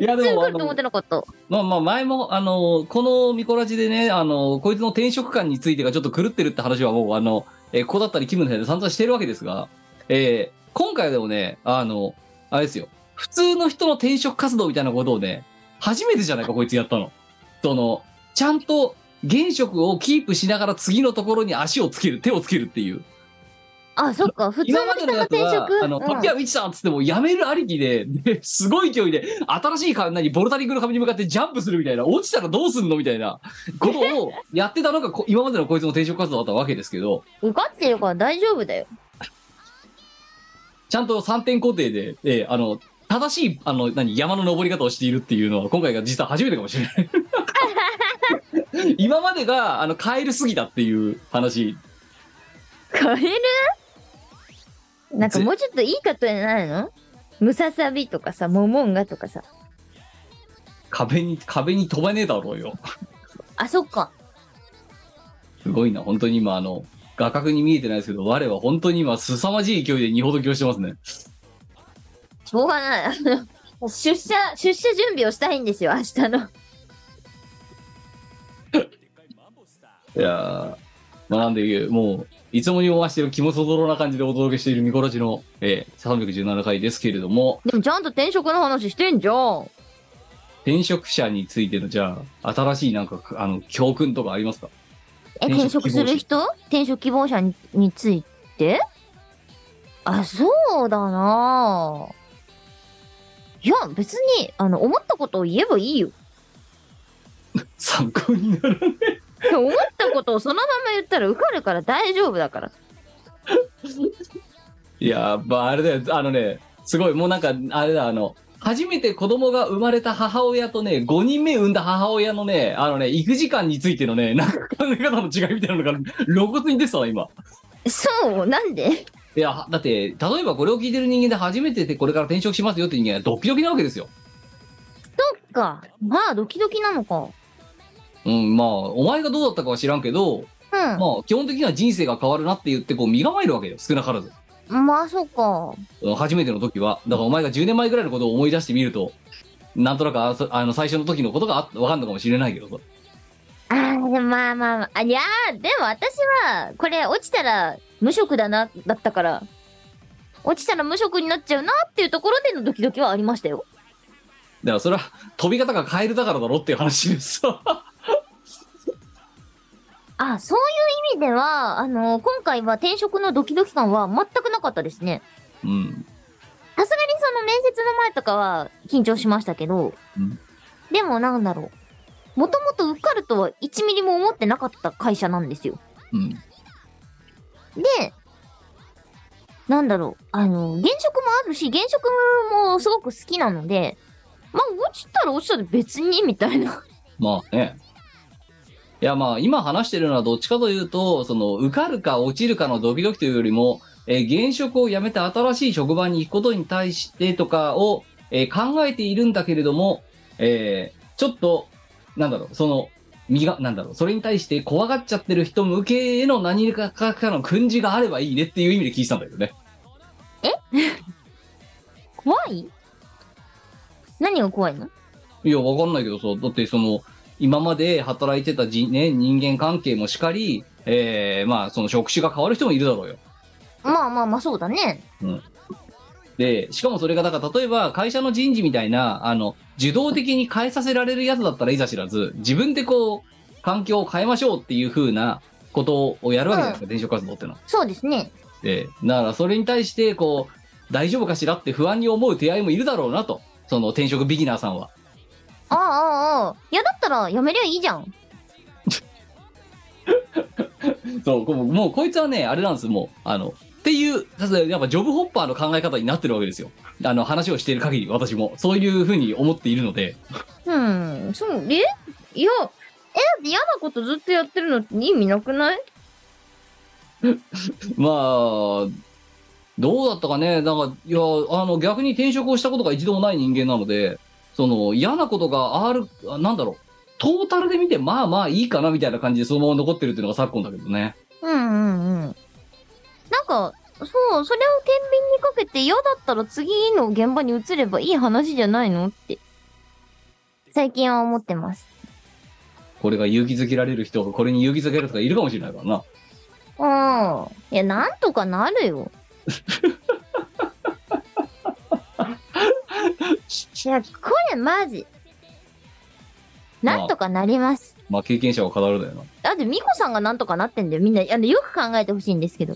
Speaker 3: いや、
Speaker 4: 全然受か
Speaker 3: あ
Speaker 4: ると思っ
Speaker 3: の
Speaker 4: て、なかった。
Speaker 3: まあまあ前も、あの、このミコラジでね、あの、こいつの転職感についてがちょっと狂ってるって話はもう、あの、えーここだったり気分の部屋で散々してるわけですが、えー今回でもね、あの、あれですよ。普通の人の転職活動みたいなことをね、初めてじゃないか、こいつやったの。その、ちゃんと現職をキープしながら次のところに足をつける、手をつけるっていう。
Speaker 4: あ、そっか。普通の人の転職。
Speaker 3: あの、
Speaker 4: うん
Speaker 3: 竹谷美智さんっつっても辞めるありきで、ですごい勢いで、新しい壁にボルタリングの壁に向かってジャンプするみたいな、落ちたらどうすんのみたいなことをやってたのがこ、 今までのこいつの転職活動だったわけですけど、
Speaker 4: 受かってるから大丈夫だよ。
Speaker 3: ちゃんと3点工程で、えーあの、正しい、あの、何、山の登り方をしているっていうのは、今回が実は初めてかもしれ ない。今までが、あの、カエルすぎたっていう話。
Speaker 4: カエルなんかもうちょっといい方じゃないのムササビとかさ、モモンガとかさ。
Speaker 3: 壁に、壁に飛ばねえだろうよ。
Speaker 4: あ、そっか。
Speaker 3: すごいな、本当に今、あの、画角に見えてないですけど、我は本当に今、凄まじい勢いで二ほどきをしてますね。
Speaker 4: しょうがない。あの 出社、出社準備をしたいんですよ、明日の。
Speaker 3: いやー、まあ、なんで、もう、いつもに思わしてる気もそぞろな感じでお届けしているミコラジの、えー、317回ですけれども、
Speaker 4: でもちゃんと転職の話してんじゃん。
Speaker 3: 転職者についての、じゃあ、新しいなんか、あの、教訓とかありますか
Speaker 4: え、
Speaker 3: 転
Speaker 4: 転
Speaker 3: 職
Speaker 4: 職
Speaker 3: 希望者
Speaker 4: する人転職希望者にについてあ、そうだなぁいや、別に、あの、思ったことを言えばいいよ。
Speaker 3: 参考になる。
Speaker 4: 思ったことをそのまま言ったら受かるから大丈夫だから。
Speaker 3: いやー、まあ、あれだよ、あのね、すごい、もうなんか、あれだ、あの、初めて子供が生まれた母親とね、5人目産んだ母親のね、あのね、育児間についてのね、 なんか考え方の違いみたいなのが露骨に出てたわ、今。
Speaker 4: そう、なんで
Speaker 3: いや、だって、例えばこれを聞いてる人間で初めてでこれから転職しますよっていう人間はドッキドキなわけですよ。
Speaker 4: そっか。まあ、ドキドキなのか。
Speaker 3: うん、まあ、お前がどうだったかは知らんけど、
Speaker 4: うん。
Speaker 3: まあ、基本的には人生が変わるなって言って、こう、身構えるわけよ、少なからず。
Speaker 4: まあ、そっか。
Speaker 3: うん初めての時は。だからお前が10年前ぐらいのことを思い出してみると、なんとなくあそ、あの、最初の時のことがあわかんのかもしれないけどさ。
Speaker 4: あーでも まあまあまああ。いやー、でも私は、これ落ちたら無職だな、だったから、落ちたら無職になっちゃうなっていうところでのドキドキはありましたよ。
Speaker 3: だからそれは、飛び方がカエルだからだろっていう話ですさ。
Speaker 4: あ、そういう意味では、あのー今回は転職のドキドキ感は全くなかったですね。
Speaker 3: うん。
Speaker 4: さすがにその面接の前とかは緊張しましたけど、
Speaker 3: うん
Speaker 4: でもなんだろう。もともと受かるとは1ミリも思ってなかった会社なんですよ。
Speaker 3: うん。
Speaker 4: で、なんだろう、あの、現職もあるし、現職もすごく好きなので、まあ、落ちたら落ちたで別に、みたいな。
Speaker 3: まあね。いやまあ今話してるのはどっちかというと、その受かるか落ちるかのドキドキというよりも、えー現職を辞めて新しい職場に行くことに対してとかを、えー考えているんだけれども、えーちょっと、なんだろう、その、身が、なんだろう、それに対して怖がっちゃってる人向けへの何かかの訓示があればいいねっていう意味で聞いてたんだけどね。
Speaker 4: 怖い何が怖いの
Speaker 3: いや、わかんないけどさ、だってその、今まで働いてたじ、ね、人間関係もしかり、えー、まあ、その職種が変わる人もいるだろうよ。
Speaker 4: まあまあまあ、そうだね。
Speaker 3: で、しかもそれが、だから、例えば、会社の人事みたいな、あの、受動的に変えさせられるやつだったらいざ知らず、自分でこう、環境を変えましょうっていう風なことをやるわけじゃないですか、転職活動ってのは。
Speaker 4: そうですね。
Speaker 3: で、だから、それに対して、こう、大丈夫かしらって不安に思う手合いもいるだろうなと。その転職ビギナーさんは。
Speaker 4: ああ、ああ、ああ。いや、だったらやめりゃいいじゃん。
Speaker 3: そう、こうもうこいつはね、あれなんです、もう、あの、っていう、さすがにやっぱジョブホッパーの考え方になってるわけですよ。あの、話をしている限り、私も、そういうふうに思っているので、
Speaker 4: うん、そう、えいや、え、だって嫌なことずっとやってるのって意味なくない
Speaker 3: まあ、どうだったかね、なんか、いや、あの、逆に転職をしたことが一度もない人間なので、その、嫌なことがある、あなんだろう、トータルで見て、まあまあいいかな、みたいな感じでそのまま残ってるっていうのが昨今だけどね。
Speaker 4: うんうんうん。なんか、そう、それを天秤にかけて嫌だったら次の現場に移ればいい話じゃないのって。最近は思ってます。
Speaker 3: これが勇気づけられる人が、これに勇気づけられる人がいるかもしれないからな。
Speaker 4: うん。いや、 なんとかなるよ。いや、これマジ。なんとかなります。
Speaker 3: まあ経験者は語るだよな。
Speaker 4: だって、ミコさんがなんとかなってんだよ。みんな、あの、よく考えてほしいんですけど。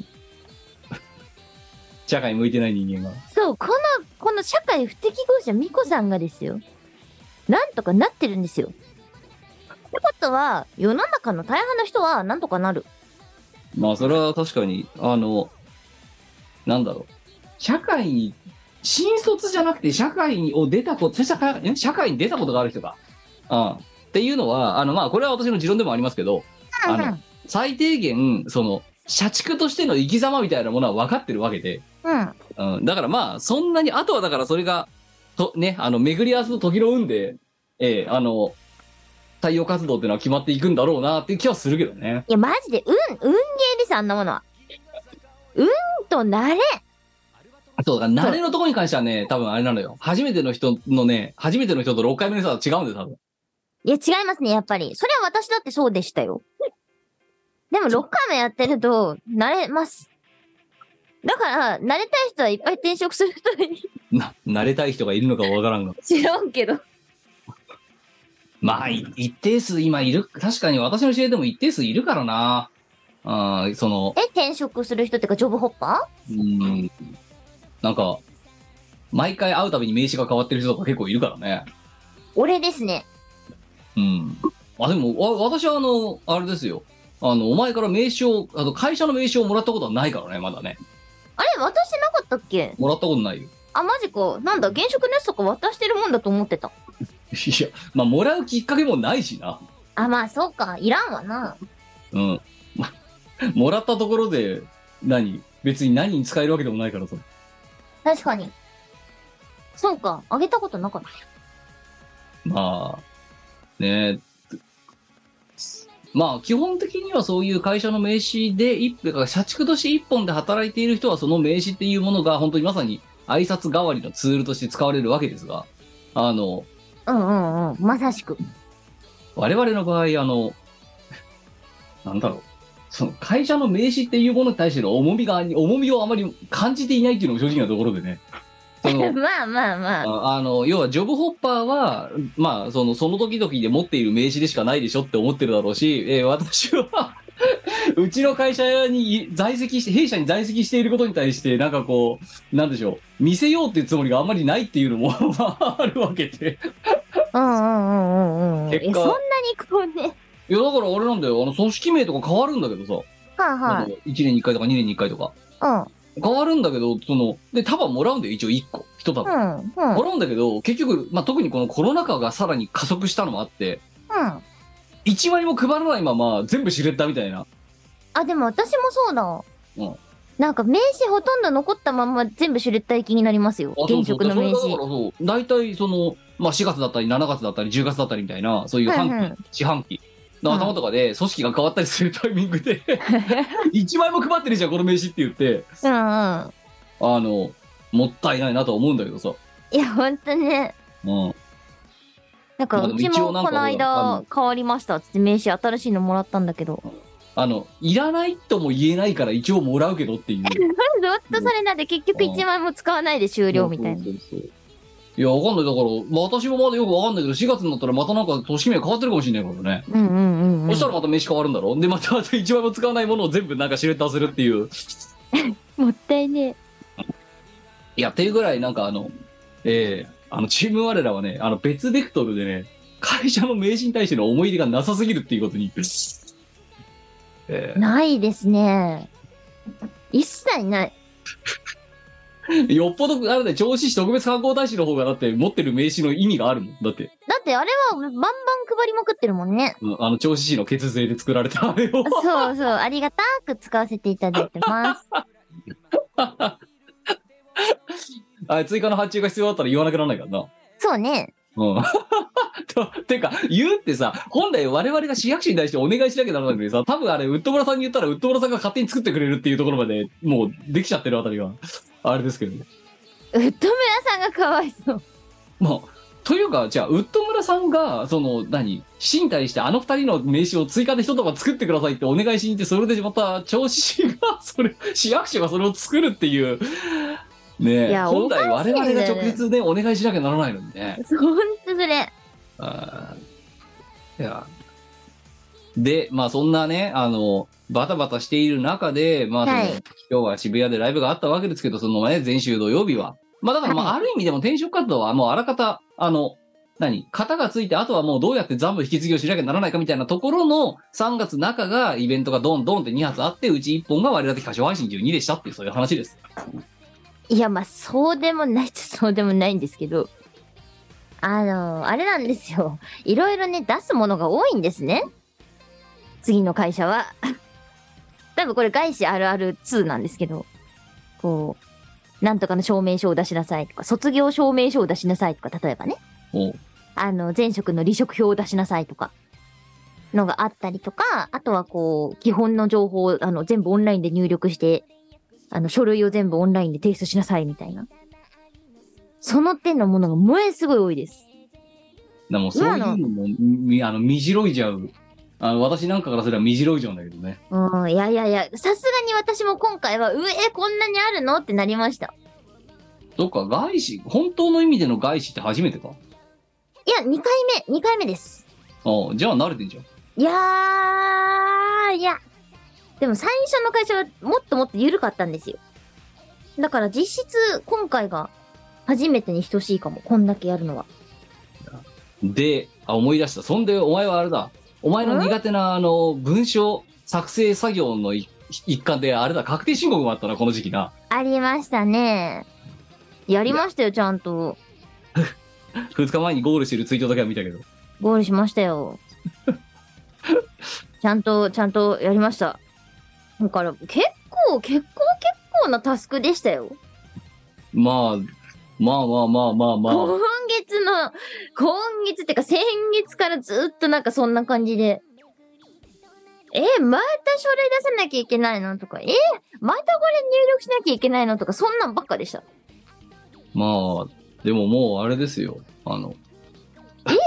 Speaker 3: 社会に向いてない人間が。
Speaker 4: そう、この、この社会不適合者ミコさんがですよ。なんとかなってるんですよ。ってことは、世の中の大半の人はなんとかなる。
Speaker 3: まあそれは確かに、あの、なんだろう。社会に、新卒じゃなくて社会を出たこと、そしたらかえ社会に出たことがある人か。うん。っていうのは、あのまあこれは私の持論でもありますけど、あの、最低限、その、社畜としての生き様みたいなものは分かってるわけで、
Speaker 4: うん。
Speaker 3: うん、だからまあ、そんなに、あとはだからそれが、とね、あの、巡り合わせと時の運で、ええあの、採用活動っていうのは決まっていくんだろうなっていう気はするけどね。
Speaker 4: いや、マジで、運、運ゲーです、あんなものは。運と慣れ。
Speaker 3: そうだ、慣れのところに関してはね、多分あれなのよ。初めての人のね、初めての人と6回目の人は違うんで、多分。
Speaker 4: いや、違いますね、やっぱり。それは私だってそうでしたよ。でも、6回もやってると、慣れます。だから、慣れたい人はいっぱい転職する人に
Speaker 3: な、慣れたい人がいるのかわからんが。
Speaker 4: 知らんけど。
Speaker 3: まあ、い一定数今いる、確かに私の知り合いでも一定数いるからな。うん、その、
Speaker 4: え、転職する人ってか、ジョブホッパ
Speaker 3: うん、なんか、毎回会うたびに名刺が変わってる人とか結構いるからね。
Speaker 4: ー俺ですね。
Speaker 3: うん。あ、でも、わ私はあの、あれですよ。あの、お前から名刺を、あの、会社の名刺をもらったことはないからね、まだね。
Speaker 4: あれ、渡してなかったっけ
Speaker 3: もらったことないよ。
Speaker 4: あ、マジか。なんだ、現職のやつとか渡してるもんだと思ってた。
Speaker 3: いや、まあ、もらうきっかけもないしな。
Speaker 4: あ、まあ、そうか。いらんわな。
Speaker 3: うん。 まもらったところで、何別に何に使えるわけでもないからさ。
Speaker 4: 確かに。そうか。あげたことなかった。
Speaker 3: まあ、ねえ。まあ、基本的にはそういう会社の名刺で、一だから社畜として一本で働いている人は、その名刺っていうものが、本当にまさに挨拶代わりのツールとして使われるわけですが、あの、
Speaker 4: うんうんうん。まさしく。
Speaker 3: 我々の場合、あの、 なんだろう。その会社の名刺っていうものに対しての重みが、重みをあまり感じていないっていうのも正直なところでね。その
Speaker 4: まあまあまあ。
Speaker 3: ああの要はジョブホッパーは、まあ、そのその時々で持っている名刺でしかないでしょって思ってるだろうし、えー私は うちの会社にい在籍して弊社に在籍していることに対してなんかこうなんでしょう見せようっていうつもりがあんまりないっていうのも まああるわけで
Speaker 4: うんうんうんうんうん。
Speaker 3: 結果
Speaker 4: えそんなにこうね。
Speaker 3: いやだからあれなんだよあの組織名とか変わるんだけど
Speaker 4: はい
Speaker 3: さ、
Speaker 4: は
Speaker 3: なんか1年に1回とか2年に1回とか
Speaker 4: い。
Speaker 3: 変わるんだけどそので束もらうんだよ一応1個1束、
Speaker 4: うん。うん。う
Speaker 3: も
Speaker 4: ん。
Speaker 3: らうんだけど結局、まあ、特にこのコロナ禍がさらに加速したのもあって
Speaker 4: うん。
Speaker 3: 1枚も配らないまま全部シレッダーみたいな。
Speaker 4: あ、でも私もそうだ。
Speaker 3: うん
Speaker 4: なんか名刺ほとんど残ったまま全部シュレッダー行きになりますよ。現職の名
Speaker 3: それだ
Speaker 4: 刺
Speaker 3: か。らそう、大体その、まあ4月だったり7月だったり10月だったりみたいな、そういう半期、
Speaker 4: はいはい
Speaker 3: 四半期の頭とかで組織が変わったりするタイミングで、1枚も配ってるじゃん、この名刺って言って、
Speaker 4: うんうん。
Speaker 3: あの、もったいないなとは思うんだけどさ。
Speaker 4: いや、ほんとね。
Speaker 3: うん。
Speaker 4: なんか
Speaker 3: まあで
Speaker 4: う
Speaker 3: も
Speaker 4: ち
Speaker 3: 一応
Speaker 4: も
Speaker 3: なん
Speaker 4: こ
Speaker 3: か
Speaker 4: の
Speaker 3: ほらあ
Speaker 4: 間
Speaker 3: の
Speaker 4: 変わりましたっつって名刺新しいのもらったんだけど。
Speaker 3: あの、いらないとも言えないから一応もらうけどっていう。
Speaker 4: ずっとそれなんで結局1枚も使わないで終了みたいな。
Speaker 3: そうそうそういや、わかんない。だから、私もまだよくわかんないけど、4月になったらまたなんか組織名変わってるかもしれないからね。
Speaker 4: うんうんうんうん。
Speaker 3: そしたらまた名刺変わるんだろでまたあと一枚も使わないものを全部なんかシュレッダーするっていう
Speaker 4: もったいね
Speaker 3: いやっていうぐらいなんかあのええあのチーム我らはねあの別ベクトルでね会社の名刺に対しての思い入れがなさすぎるっていうことにえ
Speaker 4: え。ないですね。一切ない。
Speaker 3: えよっぽどあれだよ銚子市特別観光大使の方がだって持ってる名刺の意味があるもんだって、
Speaker 4: だってあれはバンバン配りまくってるもんね。
Speaker 3: うんあの銚子市の血税で作られたあれ を
Speaker 4: そうそう、ありがたく使わせていただいてます。
Speaker 3: あ追加の発注が必要だったら言わなくならないからな
Speaker 4: そうね。
Speaker 3: うん。 とてか、言うってさ、本来我々が市役所に対してお願いしなきゃならないのにさ、多分あれ、ウッド村さんに言ったら、ウッド村さんが勝手に作ってくれるっていうところまで、もうできちゃってるあたりが、あれですけどね。
Speaker 4: ウッド村さんがかわいそう。
Speaker 3: まあ、というか、じゃあ、ウッド村さんが、その、何、市に対してあの二人の名刺を追加で一束作ってくださいってお願いし に行って、それでまた、調子市が、それ、市役所がそれを作るっていう、ね
Speaker 4: いや
Speaker 3: 本来
Speaker 4: おか
Speaker 3: 我
Speaker 4: しい
Speaker 3: 々
Speaker 4: よね
Speaker 3: が直接ねお願いしなきゃならないのにね
Speaker 4: ほんとそれ。
Speaker 3: あーいやでまあそんなねあのバタバタしている中でまあその、
Speaker 4: はい
Speaker 3: 今日は渋谷でライブがあったわけですけどそのね前週土曜日はまあだからまあ、
Speaker 4: は
Speaker 3: ある意味でも転職活動はもうあらかたあの何型がついてあとはもうどうやって全部引き継ぎをしなきゃならないかみたいなところの3月中がイベントがドンドンって2発あってうち1本が我々的歌唱配信12でしたっていうそういう話です。
Speaker 4: いや、まあ、そうでもないっちゃそうでもないんですけど。あの、あれなんですよ。いろいろね、出すものが多いんですね。次の会社は。 多分これ、外資あるある2なんですけど。こう、なんとかの証明書を出しなさいとか、卒業証明書を出しなさいとか、例えばね。
Speaker 3: おう
Speaker 4: あの、前職の離職票を出しなさいとか、のがあったりとか、あとはこう、基本の情報を、あの、全部オンラインで入力して、あの、書類を全部オンラインで提出しなさいみたいな。その点のものがもえすごい多いです。
Speaker 3: でもそういう
Speaker 4: 今
Speaker 3: のもみあのみじろいちゃうあの私なんかからすればみじろいちゃうんだけどね
Speaker 4: うん、いやいやいや、さすがに私も今回は、うえ、こんなにあるのってなりました。
Speaker 3: そっか外資本当の意味での外資って初めてか
Speaker 4: いや、2回目、2回目です。
Speaker 3: ああじゃあ慣れてんじゃん
Speaker 4: いやー、いや。でも最初の会社はもっともっと緩かったんですよ。だから実質今回が初めてに等しいかも。こんだけやるのは。
Speaker 3: であ思い出したそんでお前はあれだお前の
Speaker 4: ん
Speaker 3: 苦手なあの文章作成作業のい一環であれだ確定申告もあったなこの時期な
Speaker 4: ありましたね。やりましたよ、ちゃんと。
Speaker 3: 2日前にゴールしてるツイートだけは見たけど
Speaker 4: ゴールしました よ。ちゃんと、ちゃんとやりました。だから結構、結構、結構なタスクでしたよ。
Speaker 3: まあまあまあまあまあまあ
Speaker 4: 今月の、今月ってか先月からずっとなんかそんな感じで。え、また書類出さなきゃいけないのとか、え、またこれ入力しなきゃいけないのとか、そんなんばっかでした。
Speaker 3: まあでももうあれですよあの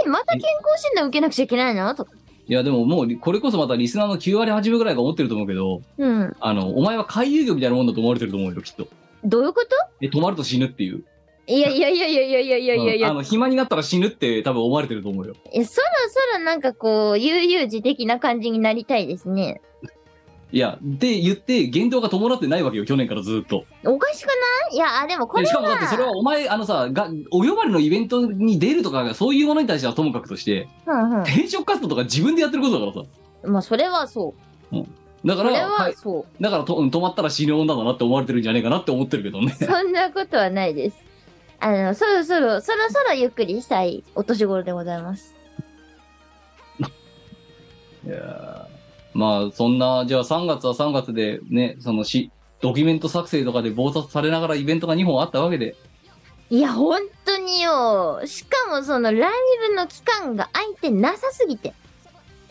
Speaker 4: え、また健康診断受けなくちゃいけないのとか。
Speaker 3: いやでももうこれこそまたリスナーの9割8分ぐらいが思ってると思うけど
Speaker 4: うん。
Speaker 3: あの、お前は回遊魚みたいなもんだと思われてると思うよ、きっと。
Speaker 4: どういうこと
Speaker 3: で、止まると死ぬっていう。
Speaker 4: いやいやいやいやいやいやいやいやいや、
Speaker 3: うんあの、暇になったら死ぬって多分思われてると思うよ。
Speaker 4: えそろそろなんかこう、悠々自適な感じになりたいですね。
Speaker 3: いや、で言って、言動が伴ってないわけよ、去年からずっと。
Speaker 4: おかしくないいや、あでもこ
Speaker 3: で
Speaker 4: れ
Speaker 3: しか
Speaker 4: は
Speaker 3: もだって、それはお前、あのさ、が、お呼ばれのイベントに出るとかが、そういうものに対してはともかくとして、
Speaker 4: うん
Speaker 3: 転職活動とか自分でやってることだからさ。
Speaker 4: うん。まあ、それはそう。
Speaker 3: だか
Speaker 4: そ
Speaker 3: ら、
Speaker 4: れ
Speaker 3: は
Speaker 4: はいそう。
Speaker 3: だからと、うん止まったら死ぬ女だなって思われてるんじゃねえかなって思ってるけどね。
Speaker 4: そんなことはないです。あの、そろそろ、そろそろゆっくりしたいお年頃でございます。
Speaker 3: いやーまあ、そんな、じゃあ3月は3月でね、そのし、ドキュメント作成とかで暴殺されながらイベントが2本あったわけで、
Speaker 4: いや、本当によ。しかもそのライブの期間が空いてなさすぎて、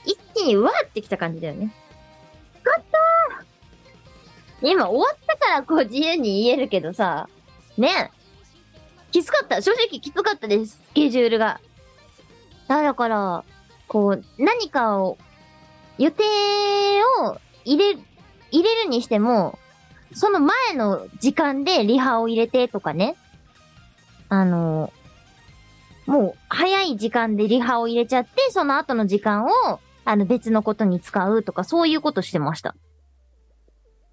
Speaker 4: 一気にわーってきた感じだよね。よかったー今終わったからこう自由に言えるけどさ、ねえ。きつかった。正直きつかったです。スケジュールが。あだから、こう、何かを、予定を入れ、入れるにしても、その前の時間でリハを入れてとかね。あの、もう早い時間でリハを入れちゃって、その後の時間を、あの別のことに使うとか、そういうことしてました。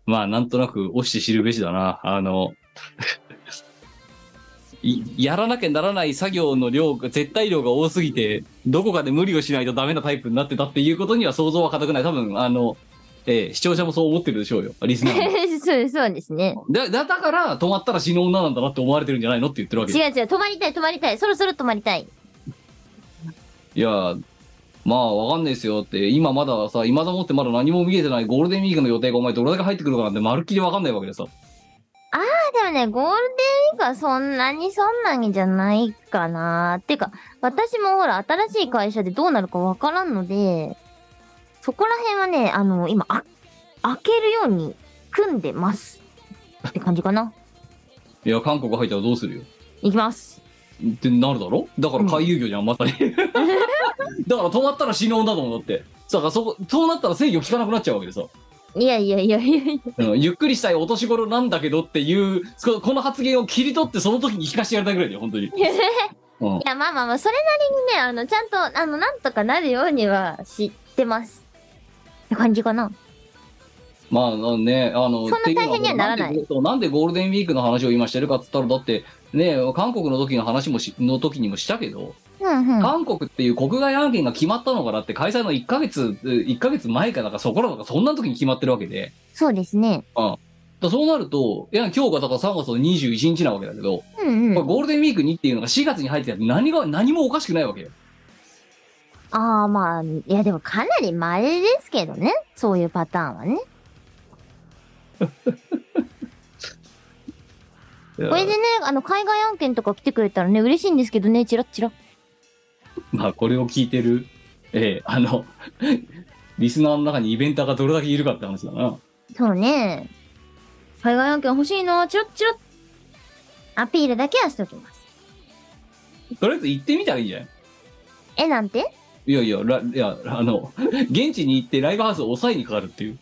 Speaker 3: まあ、なんとなく、押して知るべしだな。あの、 いやらなきゃならない作業の量が、絶対量が多すぎて、どこかで無理をしないとダメなタイプになってたっていうことには想像は固くない。多分、あの、ええ視聴者もそう思ってるでしょうよ。リスナ ーも。
Speaker 4: そうそうですね。
Speaker 3: だ、だ、だから、止まったら死ぬ女なんだなって思われてるんじゃないのって言ってるわけ
Speaker 4: 違う違う、止まりたい、止まりたい、そろそろ止まりたい。
Speaker 3: いや、まあ、わかんないですよって、今まださ、今だもってまだ何も見えてないゴールデンウィークの予定がお前どれだけ入ってくるかなんて、まるっきりわかんないわけでさ。
Speaker 4: でもね、ゴールデンウィークはそんなにそんなにじゃないかなっていうか、私もほら、新しい会社でどうなるかわからんので、そこら辺はね、あの、今、あ、開けるように組んでます。って感じかな。
Speaker 3: いや、韓国入ったらどうするよ。
Speaker 4: いきます。
Speaker 3: ってなるだろだから回遊魚じゃん、ま さに。だ から止まったら死ぬ女だもんだって。だからそこ、そうなったら制御効かなくなっちゃうわけでさ。
Speaker 4: いやいやいやいやいや。
Speaker 3: うんゆっくりしたいお年頃なんだけどっていうここの発言を切り取ってその時に聞かせてやりたいぐらいだよ本当に、うん
Speaker 4: い、や、まあまあまあ、それなりにね、あの、ちゃんと、あの、なんとかなるようには知ってます。って感じかな。
Speaker 3: まああのねあの
Speaker 4: そんな
Speaker 3: っていうのは
Speaker 4: 大変にはならない
Speaker 3: んでそうなんでゴールデンウィークの話を今してるかっつったらだってね韓国の時の話もしの時にもしたけど、
Speaker 4: うんうん。
Speaker 3: 韓国っていう国外案件が決まったのがだって開催の1ヶ月1ヶ月前かなんかそこらとかそんな時に決まってるわけで
Speaker 4: そうですね。
Speaker 3: だそうなると、いや、今日がだから3月の21日なわけだけど、
Speaker 4: うんう
Speaker 3: これ
Speaker 4: ん。
Speaker 3: ゴールデンウィークにっていうのが4月に入ってたら何が、何もおかしくないわけよ。
Speaker 4: ああまあ、いやでもかなり稀ですけどね。そういうパターンはね。これでね、あの、海外案件とか来てくれたらね、嬉しいんですけどね、チラッチラ。
Speaker 3: まあ、これを聞いてる、ええあの、リスナーの中にイベンターがどれだけいるかって話だな。
Speaker 4: そうね。海外案件欲しいな、チラッチラッ。アピールだけはしときます。
Speaker 3: とりあえず行ってみたらいいんじゃない
Speaker 4: え、なんて
Speaker 3: いやいや、らいや、あの、現地に行ってライブハウスを抑えにかかるっていう。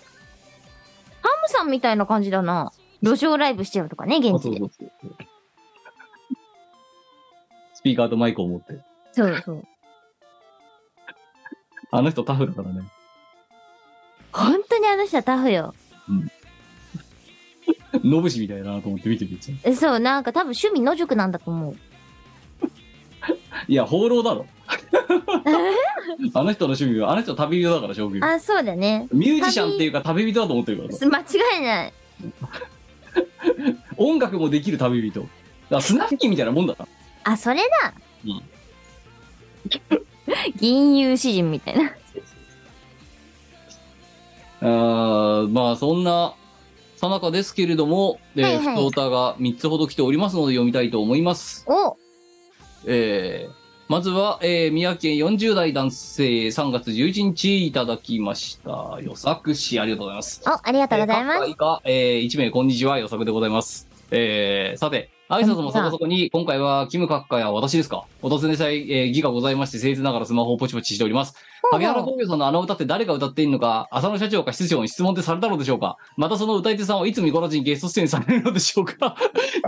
Speaker 4: ハムさんみたいな感じだな。路上ライブしちゃうとかね、現地で。
Speaker 3: うそう。スピーカーとマイクを持って。
Speaker 4: そうそう。
Speaker 3: あの人タフだからね。
Speaker 4: 本当にあの人はタフよ。
Speaker 3: ノブシみたいだなと思って見てるんですよ
Speaker 4: えそう、なんか多分趣味野宿なんだと思う。
Speaker 3: いや、放浪だろ。あの人の趣味は、あの人は旅人だから、職業。
Speaker 4: あ、そうだね。
Speaker 3: ミュージシャンっていうか旅人だと思ってるから。
Speaker 4: す間違いない。
Speaker 3: 音楽もできる旅人。だからスナッキーみたいなもんだな。
Speaker 4: あ、それだ
Speaker 3: うん
Speaker 4: 銀融詩人みたいな。
Speaker 3: あーまあ、そんな、さなかですけれども、えー
Speaker 4: はいは
Speaker 3: ふ
Speaker 4: い
Speaker 3: とおたが3つほど来ておりますので読みたいと思います。
Speaker 4: お
Speaker 3: えーまずは、えー宮城県40代男性3月11日いただきました。よさくし、ありがとうございます。
Speaker 4: お、ありがとうござい
Speaker 3: え
Speaker 4: ま
Speaker 3: ー各
Speaker 4: す。
Speaker 3: 界が、えー一名、こんにちは、予測でございます。えーさて、挨拶もそこそこに、今回は、キム閣下や私ですか。お尋ねしたい、えー、儀がございまして、せいながらスマホをポチポチしております。
Speaker 4: ほうほう
Speaker 3: 萩原工業さんのあの歌って誰が歌っているのか、浅野社長か室長に質問ってされたのでしょうかまたその歌い手さんはいつミコラジにゲスト出演されるのでしょうか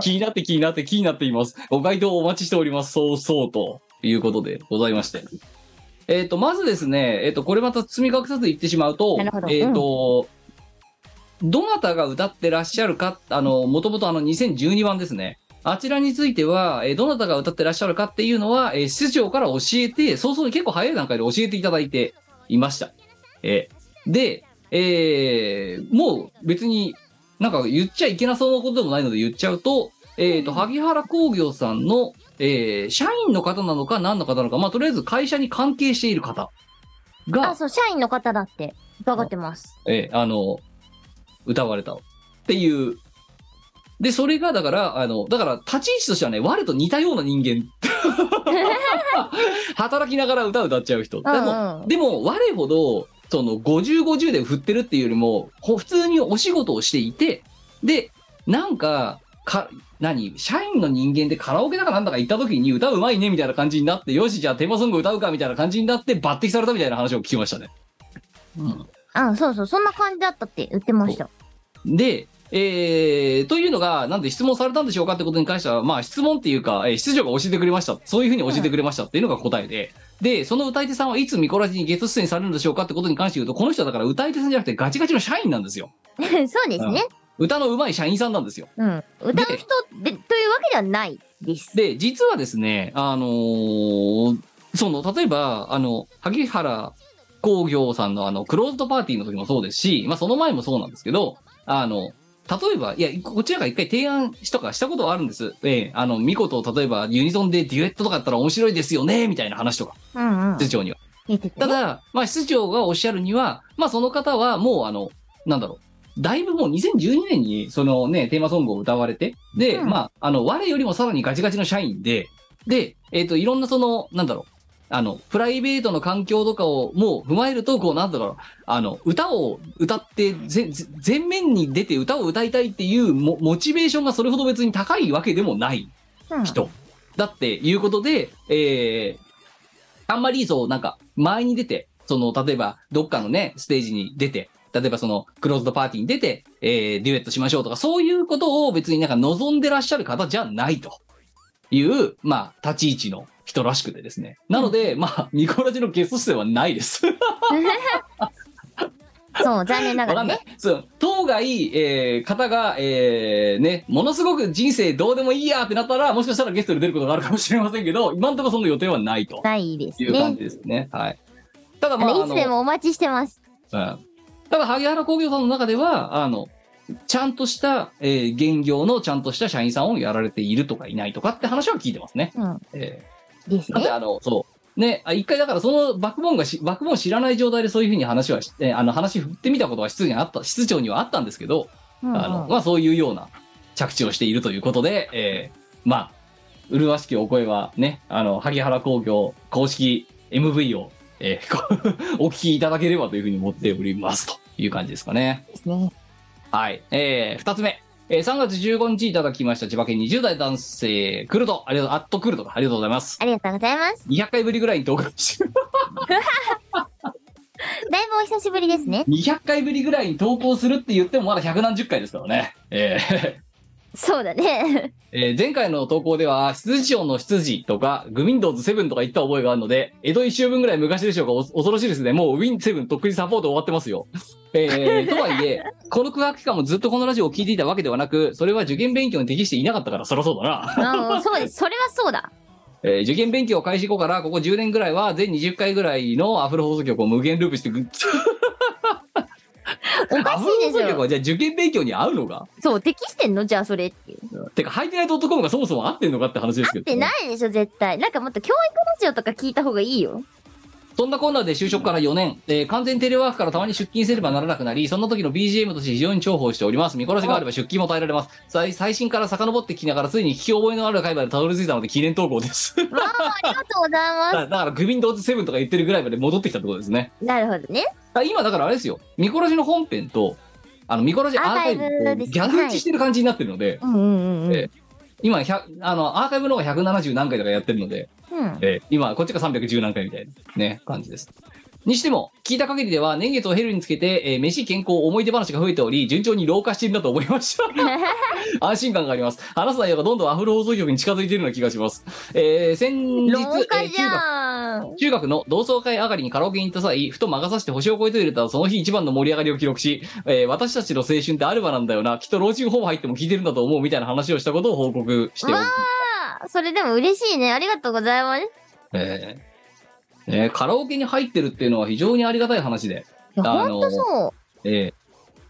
Speaker 3: 気になって気になって気になっています。ご回答をお待ちしております。そうそうということでございまして。えっ、と、まずですね、えっ、と、これまた積み隠さず言ってしまうと
Speaker 4: なるほど、
Speaker 3: えっ、と、どなたが歌ってらっしゃるか、あの、もともとあの2012番ですね。あちらについては、えーどなたが歌ってらっしゃるかっていうのは、えー室長から教えて、早々に結構早い段階で教えていただいていました。えーで、えーもう別になんか言っちゃいけなそうなことでもないので言っちゃうと、えっ、と、萩原工業さんの、えー社員の方なのか何の方なのか、まあ、とりあえず会社に関係している方が
Speaker 4: あ、、そう、社員の方だって伺ってます。
Speaker 3: えーあの、歌われたっていう。で、それが、だから、あの、だから、立ち位置としてはね、我と似たような人間。 働きながら歌を歌っちゃう人。でも、
Speaker 4: うんうん
Speaker 3: でも、我ほど、その、50、50で振ってるっていうよりも、ほ普通にお仕事をしていて、で、なんか、か、何社員の人間でカラオケだかなんだか行った時に歌うまいねみたいな感じになって、よし、じゃあテーマソング歌うかみたいな感じになって抜擢されたみたいな話を聞きましたね。うん。
Speaker 4: うん、そうそう、そんな感じだったって言ってました。
Speaker 3: で、えー、というのが、なんで質問されたんでしょうかってことに関しては、まあ質問っていうか、えー、出場が教えてくれました。そういうふうに教えてくれましたっていうのが答えで。で、その歌い手さんはいつミコラジにゲスト出演されるんでしょうかってことに関して言うと、この人はだから歌い手さんじゃなくてガチガチの社員なんですよ。
Speaker 4: そうですね。
Speaker 3: 歌の上手い社員さんなんですよ。
Speaker 4: うん。歌う人でというわけではないです。
Speaker 3: で、実はですね、あのーその、例えば、あの、萩原工業さんのあの、クローズドパーティーの時もそうですし、まあその前もそうなんですけど、あの、例えば、いや、こちらが一回提案しとかしたことはあるんです。ええあの、ミコと例えばユニゾンでデュエットとかだったら面白いですよね、みたいな話とか、
Speaker 4: うんうん。
Speaker 3: 室長には
Speaker 4: 言ってた
Speaker 3: た
Speaker 4: ね。
Speaker 3: だ、まあ、室長がおっしゃるには、まあ、その方はもう、あの、なんだろう、だいぶもう2012年に、そのね、テーマソングを歌われて、で、
Speaker 4: うん
Speaker 3: まあ、あの、我よりもさらにガチガチの社員で、で、えっ、と、いろんなその、なんだろう、あの、プライベートの環境とかをもう踏まえると、こう、なんだろう、あの、歌を歌って、ぜぜ前面に出て歌を歌いたいっていうモモチベーションがそれほど別に高いわけでもない
Speaker 4: うん
Speaker 3: 人だっていうことで、えーあんまりそうなんか前に出てその例えばどっかのねステージに出て例えばその、クローズドパーティーに出て、えーデュエットしましょうとか、そういうことを別になんか望んでらっしゃる方じゃないという、まあ、立ち位置の人らしくてですね。なので、まあ、 ニコラジのゲスト出演はないです。
Speaker 4: そう、残念なが
Speaker 3: わ
Speaker 4: ら
Speaker 3: かんな
Speaker 4: ね
Speaker 3: い。。そう、当該、えー方が、えーね、ものすごく人生どうでもいいやってなったら、もしかしたらゲストで出ることがあるかもしれませんけど、今んところその予定はないと
Speaker 4: ないです
Speaker 3: いう感
Speaker 4: ね。
Speaker 3: じですね。はい。ただ
Speaker 4: あ
Speaker 3: まあ、
Speaker 4: の
Speaker 3: あ
Speaker 4: いつ
Speaker 3: の
Speaker 4: でもお待ちしてます。
Speaker 3: うんただ、萩原工業さんの中では、あの、ちゃんとした、えー、現業のちゃんとした社員さんをやられているとかいないとかって話は聞いてますね。
Speaker 4: うん、
Speaker 3: え
Speaker 4: です
Speaker 3: ーだって、
Speaker 4: ね。
Speaker 3: あの、そう。ね、あ一回だからそのバックボーンがし、バックボーン知らない状態でそういうふうに話はし、えーあの、話振ってみたことは室にあった、室長にはあったんですけど、
Speaker 4: うんうん
Speaker 3: あのまあ、そういうような着地をしているということで、えーまあ、麗しきお声はね、あの、萩原工業公式 MV を、えー こお聞きいただければというふうに思っておりますという感じですかね。
Speaker 4: ですね。
Speaker 3: はい。えー、二つ目。えー、3月15日いただきました千葉県20代男性、クルト、ありがとう、アットクルトか、ありがとうございます。
Speaker 4: ありがとうございます。
Speaker 3: 200回ぶりぐらいに投稿し、
Speaker 4: だいぶお久しぶりですね。
Speaker 3: 200回ぶりぐらいに投稿するって言ってもまだ100何十回ですからね。えー
Speaker 4: そうだ ね。
Speaker 3: えー前回の投稿では、羊王の羊とか、グミンドーズセブンとか言った覚えがあるので、江戸一周分ぐらい昔でしょうか、お恐ろしいですね。もうウィンセブンとっくにサポート終わってますよ。えーとはいえ、 この空白期間もずっとこのラジオを聞いていたわけではなく、それは受験勉強に適していなかったから、そりゃそうだな。
Speaker 4: あのそうです。それはそうだ。
Speaker 3: えー受験勉強を開始後から、ここ10年ぐらいは、全20回ぐらいのアフロ放送局を無限ループしてぐっ、 アフロ放送
Speaker 4: おかしいでし
Speaker 3: 局
Speaker 4: ょ。
Speaker 3: はじゃあ受験勉強に合うのか
Speaker 4: そう、適してんのじゃあそれっていう。
Speaker 3: てか、ハイテナイトットコムがそもそも合ってんのかって話ですけど、
Speaker 4: で、ないでしょ、絶対。なんかもっと教育ラジオとか聞いた方がいいよ。
Speaker 3: そんなコーナーで就職から4年、えー完全テレワークからたまに出勤せればならなくなり、そんな時の BGM として非常に重宝しております。見殺しがあれば出勤も耐えられます。最最新から遡って聞きながら、ついに聞き覚えのある回までたどり着いたので、記念投稿です。だ
Speaker 4: わあ、ありがとうござ
Speaker 3: か
Speaker 4: いま
Speaker 3: ら、だからグビンドーズセブンとか言ってるぐらいまで戻ってきたってことですね。
Speaker 4: す。なるほどね。
Speaker 3: あ今、だからあれですよ、見殺しの本編と、あの、見殺しアーカイブ
Speaker 4: アーカイ
Speaker 3: こ
Speaker 4: ブで
Speaker 3: う
Speaker 4: すね
Speaker 3: ギャグ打ちしてる感じになってるので、
Speaker 4: うんうんうんうん。
Speaker 3: え今100、あの、アーカイブの方が170何回とかやってるので、
Speaker 4: うん。
Speaker 3: えー今、こっちが310何回みたいなね、感じです。にしても、聞いた限りでは、年月を経るにつけて、えー飯、健康、思い出話が増えており、順調に老化しているなと思いま した。安心感があります。話す内容がどんどんアフロ放送局に近づいているような気がします。えー先日、
Speaker 4: 廊下
Speaker 3: えー
Speaker 4: じゃん。
Speaker 3: 中学の同窓会上がりにカラオケに行った際、ふと魔が差して星を越えて入れたその日一番の盛り上がりを記録し、えー私たちの青春ってアルバなんだよな、きっと老人ホーム入っても聞いてるんだと思うみたいな話をしたことを報告しており、
Speaker 4: あそれでも嬉しいね。ありがとうございます。
Speaker 3: えーねカラオケに入ってるっていうのは非常にありがたい話で、
Speaker 4: いや、
Speaker 3: あの
Speaker 4: ほんとそ
Speaker 3: えー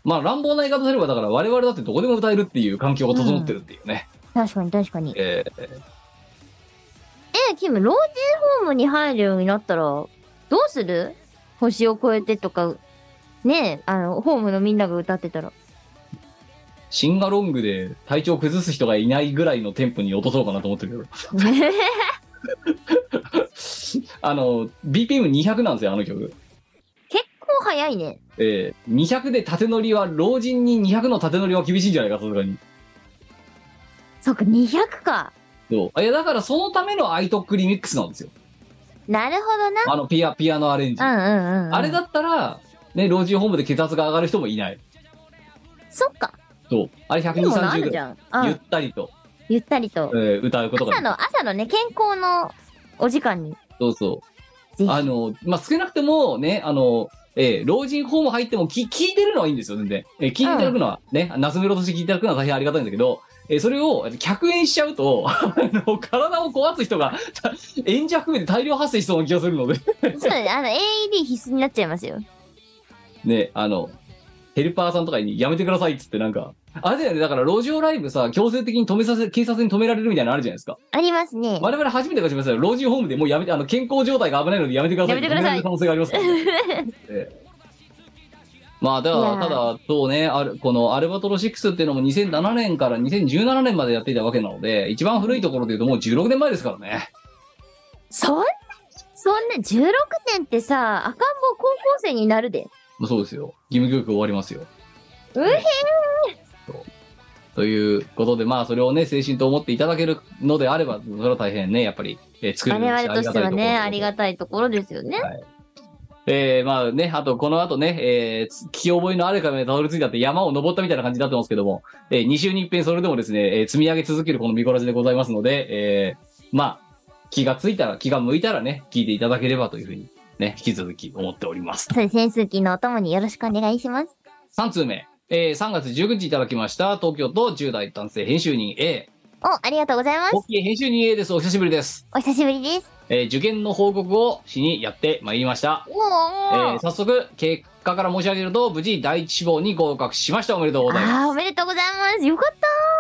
Speaker 3: まあ乱暴な言い方すれば、だから我々だってどこでも歌えるっていう環境が整ってるっていうね。
Speaker 4: う。確かに確かに。
Speaker 3: えー
Speaker 4: え、キム、老人ホームに入るようになったら、どうする星を越えてとか、ねえ、あの、ホームのみんなが歌ってたら。
Speaker 3: シンガロングで体調崩す人がいないぐらいのテンポに落とそうかなと思ってるけど、あの、BPM200 なんですよ、あの曲。
Speaker 4: 結構早いね。
Speaker 3: えー、200で縦乗りは、老人に200の縦乗りは厳しいんじゃないか、さすがに。
Speaker 4: そっか、200か。
Speaker 3: そうあいや、だからそのための iTok リミックスなんですよ。
Speaker 4: なるほどな。
Speaker 3: あのピア、ピアノアレンジ。
Speaker 4: うんうんうん。
Speaker 3: あれだったら、ね、老人ホームで血圧が上がる人もいない。
Speaker 4: そっか。
Speaker 3: そう。あれ120、
Speaker 4: でもな
Speaker 3: 30
Speaker 4: る
Speaker 3: ぐ
Speaker 4: じ
Speaker 3: らい。
Speaker 4: ゃん。う
Speaker 3: ゆっ
Speaker 4: ん。
Speaker 3: たりと、
Speaker 4: ゆったりと
Speaker 3: え。ー歌うことがで
Speaker 4: 朝
Speaker 3: きる。
Speaker 4: の、朝のね、健康のお時 間に。
Speaker 3: そうそ
Speaker 4: ぜ
Speaker 3: う。
Speaker 4: ひ。
Speaker 3: あの、まあ、少なくてもね、あの、えー老人ホーム入ってもき聞いてるのはいいんですよ、全然。えー聞いていただくのはね、夏メロとして聞いていただくのは大変ありがたいんだけど、えーそれをえー客演しちゃうと、 あの体を壊す人が、 た演者含めて大量発生しそうな気がするので、
Speaker 4: そうだね。あの、AED 必須になっちゃいますよ。
Speaker 3: ね、あの、ヘルパーさんとかにやめてくださいっつってなんか、あれだよね、だから路上ライブさ、強制的に止めさせ、警察に止められるみたいなのあるじゃないですか。
Speaker 4: ありますね。
Speaker 3: 我々初めてかもしれませんが老人ホームでもうやめて、あの、健康状態が危ないのでやめてください。
Speaker 4: やめてくださ
Speaker 3: 止められ
Speaker 4: い
Speaker 3: る可能性がありますからね。 ええまあ、だか
Speaker 4: いや
Speaker 3: ら、
Speaker 4: ー
Speaker 3: ただ、そうね、ある、このアルバトロ6っていうのも2007年から2017年までやっていたわけなので、一番古いところで言うともう16年前ですからね。
Speaker 4: そんな、そんな、16年ってさ、赤ん坊高校生になるで。
Speaker 3: まあそうですよ。義務教育終わりますよ。
Speaker 4: うへ
Speaker 3: ということで、まあ、それをね、精神と思っていただけるのであれば、それは大変ね、やっぱり、えー作れる
Speaker 4: 我々としてはね、あり
Speaker 3: たい
Speaker 4: がたいところですよね。
Speaker 3: はいえー、まあね、あとこの後ね、えーつ聞き覚えのあるかめたどり着いたって山を登ったみたいな感じになってますけども、えー、2週に一遍それでもですね、えー積み上げ続けるこのミコラジでございますので、えー、まあ、気がついたら、気が向いたらね、聞いていただければというふうに、ね、引き続き思っております。
Speaker 4: そうですね、スーキーのお供によろしくお願いします。
Speaker 3: 3通目、えー、3月19日いただきました、東京都10代男性編集人 A、
Speaker 4: お、ありがとうございます。
Speaker 3: 大きい編集人 A です。お久しぶりです。
Speaker 4: お久しぶりです。
Speaker 3: えー受験の報告をしにやってまいりました。
Speaker 4: おー
Speaker 3: えー早速、結果から申し上げると、無事第一志望に合格しました。おめでとうございます。
Speaker 4: あーおめでとうございます。よかっ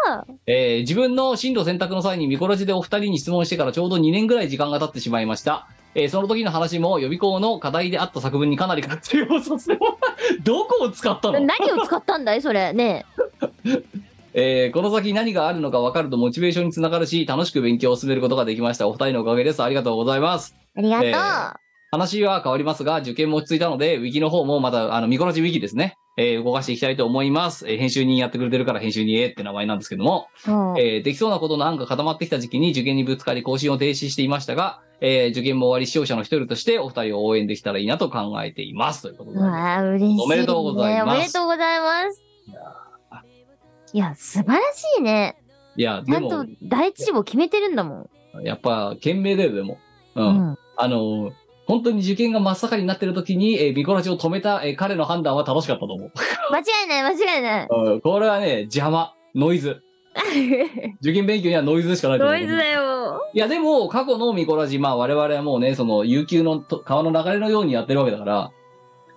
Speaker 4: た。
Speaker 3: えー自分の進路選択の際にミコラジでお二人に質問してからちょうど2年ぐらい時間が経ってしまいました。えーその時の話も予備校の課題であった作文にかなり活用させてもらう どこを使ったの
Speaker 4: 何を使ったんだいそれ。ね
Speaker 3: えーこの先何があるのか分かるとモチベーションにつながるし、楽しく勉強を進めることができました。お二人のおかげです。ありがとうございます。
Speaker 4: え。ありがとう。
Speaker 3: えー話は変わりますが、受験も落ち着いたので、ウィキの方もまた、あの、ミコラジウィキですね。えー動かしていきたいと思います。えー編集人やってくれてるから編集人 A って名前なんですけども、
Speaker 4: そう
Speaker 3: えーできそうなことの案が固まってきた時期に受験にぶつかり更新を停止していましたが、えー受験も終わり視聴者の一人としてお二人を応援できたらいいなと考えています。ということで
Speaker 4: う。わー嬉しい、ね。
Speaker 3: おめでとうございます
Speaker 4: おめでとうございます。いや、素晴らしいね。
Speaker 3: いや、
Speaker 4: ち
Speaker 3: で
Speaker 4: ゃんと
Speaker 3: も、
Speaker 4: 第一志望決めてるんだもん。
Speaker 3: やっぱ、懸命だよ、でも。う。
Speaker 4: うんん。
Speaker 3: あのー本当に受験が真っ盛りになってる時に、えーミコラジを止めた、えー彼の判断は正しかったと思う。
Speaker 4: 間違いない、間違いない。
Speaker 3: うんこれはね、邪魔。ノイズ。受験勉強にはノイズしかないと思
Speaker 4: ノ
Speaker 3: う
Speaker 4: イズだよ。
Speaker 3: いやでも過去のミコラジまあ我々はもうねその悠久のと川の流れのようにやってるわけだから、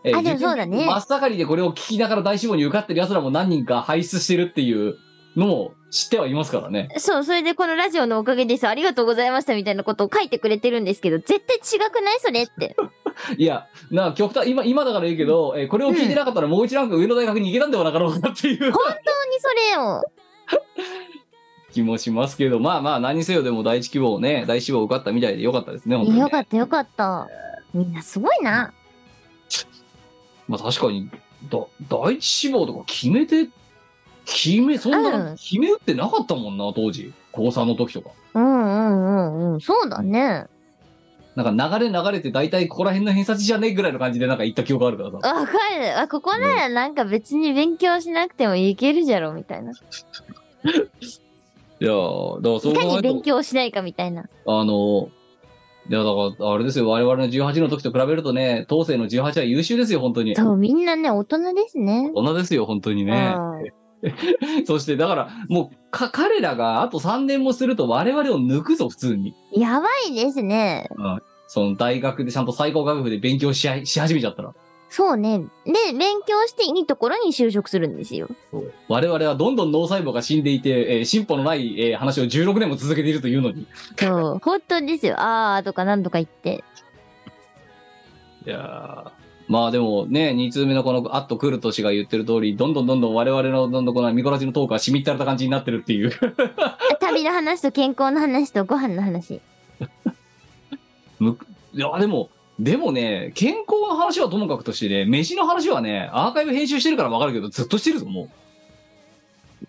Speaker 3: え
Speaker 4: あでもそうだ
Speaker 3: 受
Speaker 4: ね
Speaker 3: 験真っ盛りでこれを聞きながら大志望に受かってる奴らも何人か輩出してるっていうのも知ってはいますからね
Speaker 4: そう、それでこのラジオのおかげです。ありがとうございましたみたいなことを書いてくれてるんですけど、絶対違くないそれって。
Speaker 3: いやなあ極端今今だから言うけど、えーこれを聞いてなかったらもう一ランク上の大学に行けたんではなかろうかっていう
Speaker 4: 本当にそれよ。
Speaker 3: 気もしますけどまあまあ何せよでも第一希望ね第一志望受かったみたいでよかったですね本当
Speaker 4: い
Speaker 3: に
Speaker 4: や
Speaker 3: ね、
Speaker 4: よかったよかった。みんなすごいな。
Speaker 3: まあ確かに、だ、第一志望とか決めて、決め、そん
Speaker 4: う
Speaker 3: な、
Speaker 4: ん
Speaker 3: 決め打ってなかったもんな、当時。高3の時とか。
Speaker 4: うんうんうんうん。そうだね。
Speaker 3: なんか流れ流れて大体ここら辺の偏差値じゃねえぐらいの感じでなんか言った記憶あるからさ。
Speaker 4: わかる。あ、ここならなんか別に勉強しなくてもいけるじゃろ、みたいな。
Speaker 3: いやー、だからそ
Speaker 4: いうか
Speaker 3: 考
Speaker 4: に
Speaker 3: える
Speaker 4: 勉強しないかみたいな。
Speaker 3: と、あの、いや、だから、あれですよ、我々の18の時と比べるとね、当世の18は優秀ですよ、本当に。
Speaker 4: そう、みんなね、大人ですね。
Speaker 3: 女ですよ、本当にね。そして、だから、もう、か、彼らがあと3年もすると我々を抜くぞ、普通に。
Speaker 4: うんやばいですね。
Speaker 3: その大学でちゃんと最高学部で勉強しあいし始めちゃったら。
Speaker 4: そうね。で、勉強していいところに就職するんですよ。
Speaker 3: 我々はどんどん脳細胞が死んでいて、えー進歩のない、えー話を16年も続けているというのに。
Speaker 4: そう、本当ですよ。あーとかなんとか言って。
Speaker 3: いやーまあでもね、2通目のこの、あっと来る年が言ってる通り、どんどんどんどん我々の、どんどんこのミコラジのトークはしみったれた感じになってるっていう。
Speaker 4: 旅の話と健康の話とご飯の話。
Speaker 3: むいや、でも、でもね、健康の話はともかくとしてね、飯の話はね、アーカイブ編集してるからわかるけど、ずっとしてるぞ、も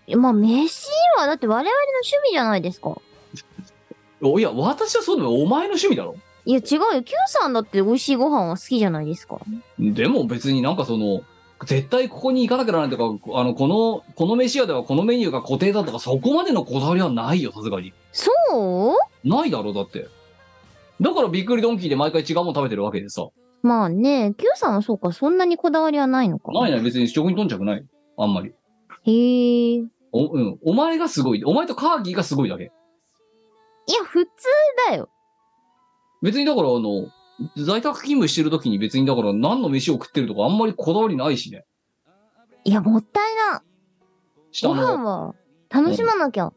Speaker 3: う。
Speaker 4: まあ、飯はだって我々の趣味じゃないですか。
Speaker 3: おいや、私はそうでも、お前の趣味だろ。
Speaker 4: いや、違うよ。Q さんだって美味しいご飯は好きじゃないですか。
Speaker 3: でも別になんかその、絶対ここに行かなきゃならないとか、あの、この、この飯屋ではこのメニューが固定だとか、そこまでのこだわりはないよ、さすがに。
Speaker 4: そう
Speaker 3: ないだろ、だって。だからびっくりドンキーで毎回違うもん食べてるわけでさ。
Speaker 4: まあね、Q さんはそうか、そんなにこだわりはないのか。
Speaker 3: ないない、別に食に頓着ない。あんまり。
Speaker 4: へえ。
Speaker 3: お、うん。お前がすごい。お前とカーギーがすごいだけ。
Speaker 4: いや、普通だよ。
Speaker 3: 別にだから、あの、在宅勤務してる時に別にだから何の飯を食ってるとかあんまりこだわりないしね。
Speaker 4: いや、もったいな。
Speaker 3: 下
Speaker 4: ご
Speaker 3: の、
Speaker 4: 飯は楽しまなきゃ。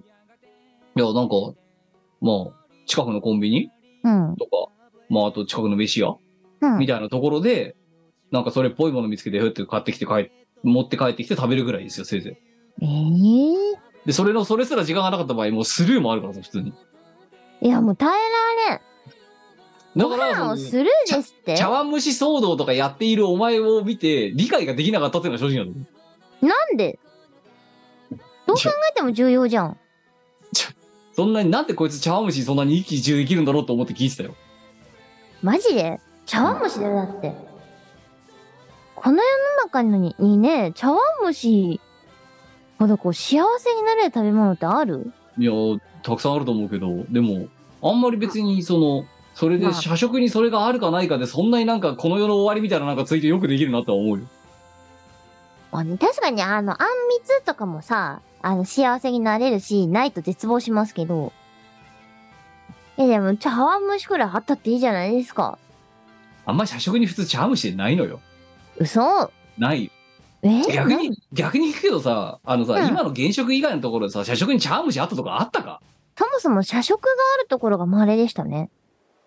Speaker 3: いや、なんか、まあ、近くのコンビニ
Speaker 4: うん。
Speaker 3: とか、まあ、あと近くの飯屋
Speaker 4: うん
Speaker 3: み。たいなところで、なんかそれっぽいもの見つけて、ふって買ってきて帰っ、持って帰ってきて食べるぐらいですよ、せいぜ
Speaker 4: ええ
Speaker 3: い。で、それの、それすら時間がなかった場合、もうスルーもあるからさ、普通に。
Speaker 4: いや、もう耐えられん。
Speaker 3: だ
Speaker 4: ご
Speaker 3: から、
Speaker 4: 飯を
Speaker 3: その
Speaker 4: スルーですって。
Speaker 3: 茶
Speaker 4: な
Speaker 3: 碗蒸し騒動とかやっているお前を見て、理解ができなかったっていうのは正直なの。
Speaker 4: んでどう考えても重要じゃん。
Speaker 3: そんなに、なんでこいつ茶碗蒸しそんなに一喜一憂できるんだろうと思って聞いてたよ。
Speaker 4: マジで
Speaker 5: 茶碗蒸しだよだって
Speaker 4: この世の中ににね、茶碗蒸しほどこう幸せになれる食べ物ってある
Speaker 3: いや、たくさんあると思うけど、でも、あんまり別に、その、それ
Speaker 4: ま
Speaker 3: で、
Speaker 4: あ
Speaker 3: 社食にそれがあるかないかで、そんなになんか、この世の終わりみたいななんかついてよくできるなとは思うよ。
Speaker 4: あね確かにあの、あんみつとかもさ、あの、幸せになれるし、ないと絶望しますけど。え、でも、茶碗蒸しくらいあったっていいじゃないですか。
Speaker 3: あんまり社食に普通茶蒸しってないのよ。
Speaker 4: 嘘
Speaker 3: ないよ。
Speaker 4: え
Speaker 3: 逆に、逆に聞くけどさ、あのさ、
Speaker 4: うん
Speaker 3: 今の現職以外のところでさ、社食に茶蒸しあったとかあったか
Speaker 4: そもそも社食があるところが稀でしたね。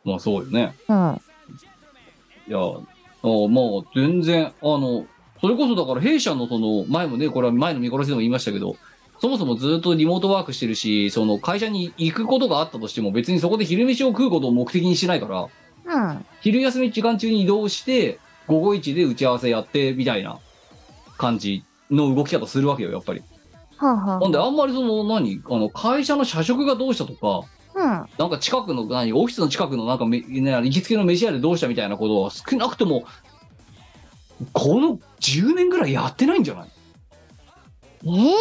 Speaker 3: まあそうよね。
Speaker 4: うん。
Speaker 3: いや、あまあ全然、あの、それこそだから弊社のその、前もね、これは前の見殺しでも言いましたけど、そもそもずっとリモートワークしてるし、その会社に行くことがあったとしても別にそこで昼飯を食うことを目的にしてないから、
Speaker 4: うん。
Speaker 3: 昼休み時間中に移動して、午後一で打ち合わせやって、みたいな感じの動き方するわけよ、やっぱり。
Speaker 4: はあ、は
Speaker 3: なんであんまりその、何、あの、会社の社食がどうしたとか、
Speaker 4: あ、
Speaker 3: なんか近くの、何、オフィスの近くの、なんかめ、ね、行きつけの飯屋でどうしたみたいなことは、少なくとも、この10年ぐらいやってないんじゃない
Speaker 4: うん。ええ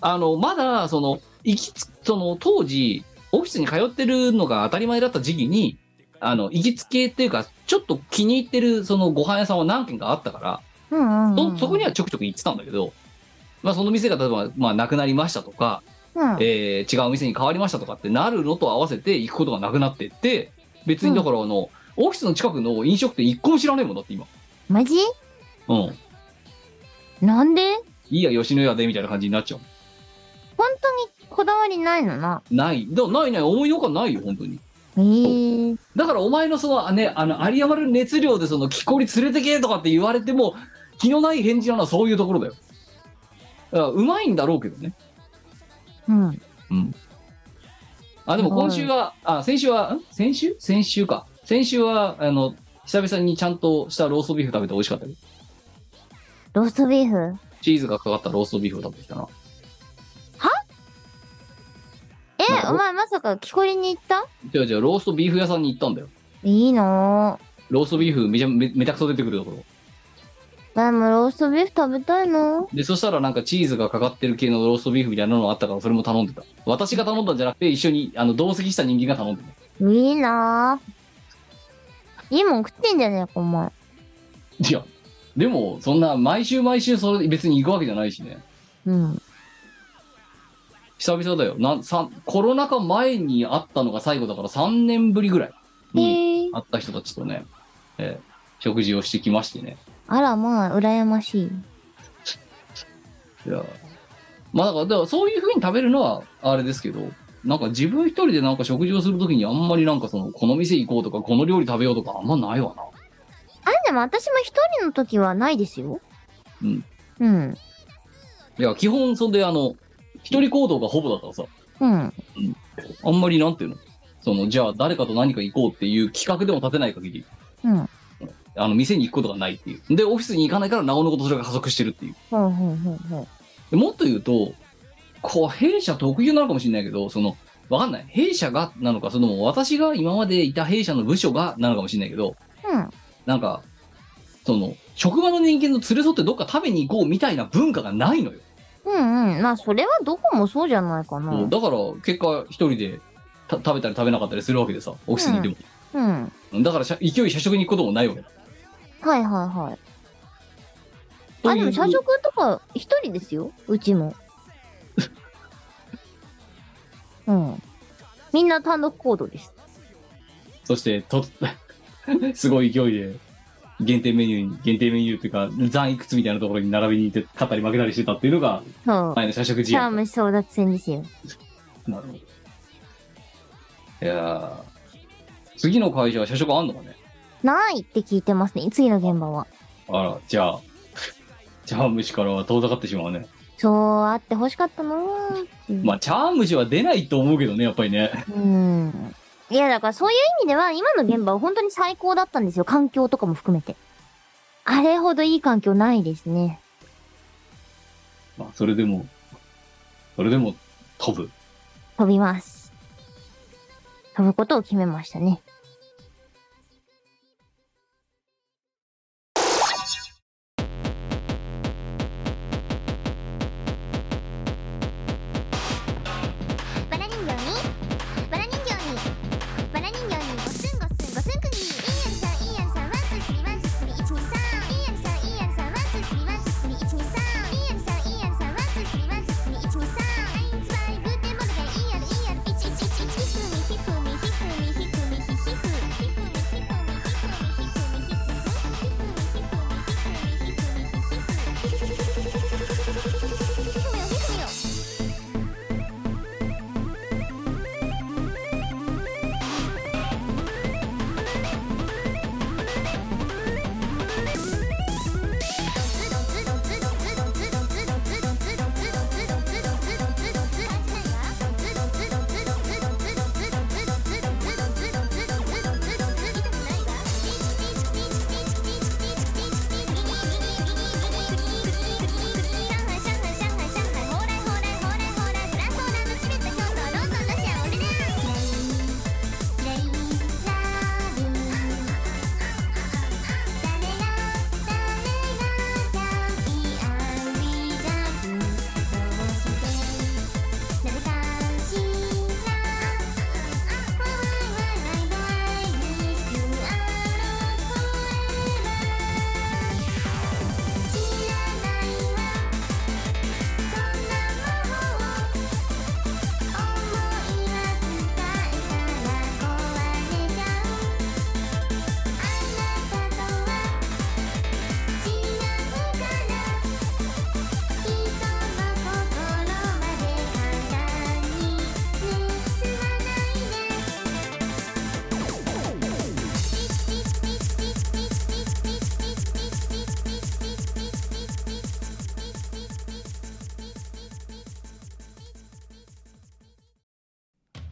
Speaker 3: あの、まだ、その、行きつ、その、当時、オフィスに通ってるのが当たり前だった時期に、あの、行きつけっていうか、ちょっと気に入ってる、その、ご飯屋さんは何軒かあったから、
Speaker 4: うんうん、う
Speaker 3: そ
Speaker 4: ん。
Speaker 3: そこにはちょくちょく行ってたんだけど、まあ、その店が例えば、まあ、なくなりましたとか、
Speaker 4: うん。
Speaker 3: えー違うお店に変わりましたとかってなるのと合わせて行くことがなくなってって別にだからあの、オフィスの近くの飲食店一個も知らねえもんだって今
Speaker 4: マジ
Speaker 3: うん
Speaker 4: なんで
Speaker 3: いいや吉野家でみたいな感じになっちゃう
Speaker 4: 本当にこだわりないのな。
Speaker 3: ないだないない思いのほかないよ本当に
Speaker 4: ええ
Speaker 3: だからお前のそのあねあの有り余る熱量でその木こり連れてけとかって言われても気のない返事なのはそういうところだよだからうまいんだろうけどね
Speaker 4: うん。
Speaker 3: あでも今週は、あ先週はん先週先週か先週はあの久々にちゃんとしたローストビーフ食べて美味しかったよ
Speaker 4: ローストビーフ
Speaker 3: チーズがかかったローストビーフを食べてきたな。
Speaker 4: え、
Speaker 3: まあ
Speaker 4: お前まさか木こりに行った
Speaker 3: じゃあじゃあ、ローストビーフ屋さんに行ったんだよ。
Speaker 4: いいの
Speaker 3: ローストビーフめちゃめめちゃくそ出てくるところ。
Speaker 4: でもローストビーフ食べたいの
Speaker 3: で、そしたらなんかチーズがかかってる系のローストビーフみたいなのがあったから、それも頼んでた。私が頼んだんじゃなくて、一緒にあの同席した人間が頼んでた。
Speaker 4: いいないいもん食ってんじゃねえか、お前。
Speaker 3: いや、でも、そんな毎週毎週それ別に行くわけじゃないしね。
Speaker 4: うん。
Speaker 3: 久々だよ。なんさんコロナ禍前に会ったのが最後だから3年ぶりぐらいに
Speaker 4: へえ。
Speaker 3: 会った人たちとね、えー食事をしてきましてね。
Speaker 4: あら、まあ、羨ましい。
Speaker 3: いや、まあだから、だからそういうふうに食べるのはあれですけど、なんか自分一人でなんか食事をするときにあんまりなんかその、この店行こうとか、この料理食べようとかあんまないわな。
Speaker 4: あ、でも私も一人の時はないですよ。
Speaker 3: うん。
Speaker 4: うん。
Speaker 3: いや、基本そんであの、一人行動がほぼだからさ、
Speaker 4: うん。
Speaker 3: あんまりなんていうのその、じゃあ誰かと何か行こうっていう企画でも立てない限り、
Speaker 4: うん。
Speaker 3: あの、店に行くことがないっていう。で、オフィスに行かないからなおのことそれが加速してるっていう。
Speaker 4: ほうほうほうほ
Speaker 3: でもっと言うと、こう、弊社特有なのかもしれないけど、その、わかんない。弊社がなのか、それとも私が今までいた弊社の部署がなのかもしれないけど、
Speaker 4: う。うん。
Speaker 3: なんか、その、職場の人間の連れ添ってどっか食べに行こうみたいな文化がないのよ。
Speaker 4: うんうん。まあ、それはどこもそうじゃないかな。
Speaker 3: そうだから、結果、一人でた食べたり食べなかったりするわけでさ、オフィスにいても。
Speaker 4: うん。
Speaker 3: だからしゃ、勢い社食に行くこともないわけだ。
Speaker 4: はいはいはい。あ、でも社食とか一人ですよ。う ちも。うん。みんな単独行動です。
Speaker 3: そして、と、 すごい勢いで、限定メニューに、限定メニューっていうか、残いくつみたいなところに並びに行って、勝ったり負けたりしてたっていうのが、
Speaker 4: そう。
Speaker 3: 前の社食事
Speaker 4: チャ
Speaker 3: 案
Speaker 4: ーム争奪戦ですよ。
Speaker 3: なるほど。いやー次の会社は社食あんのかね
Speaker 4: ないって聞いてますね。次の現場は。
Speaker 3: あら、じゃあ、 茶碗蒸しからは遠ざかってしまうね。
Speaker 4: そう、あって欲しかったなぁ。
Speaker 3: まあ、茶碗蒸しは出ないと思うけどね、やっぱりね。
Speaker 4: うん。いや、だからそういう意味では、今の現場は本当に最高だったんですよ。環境とかも含めて。あれほどいい環境ないですね。
Speaker 3: まあ、それでも、それでも飛ぶ。
Speaker 4: 飛びます。飛ぶことを決めましたね。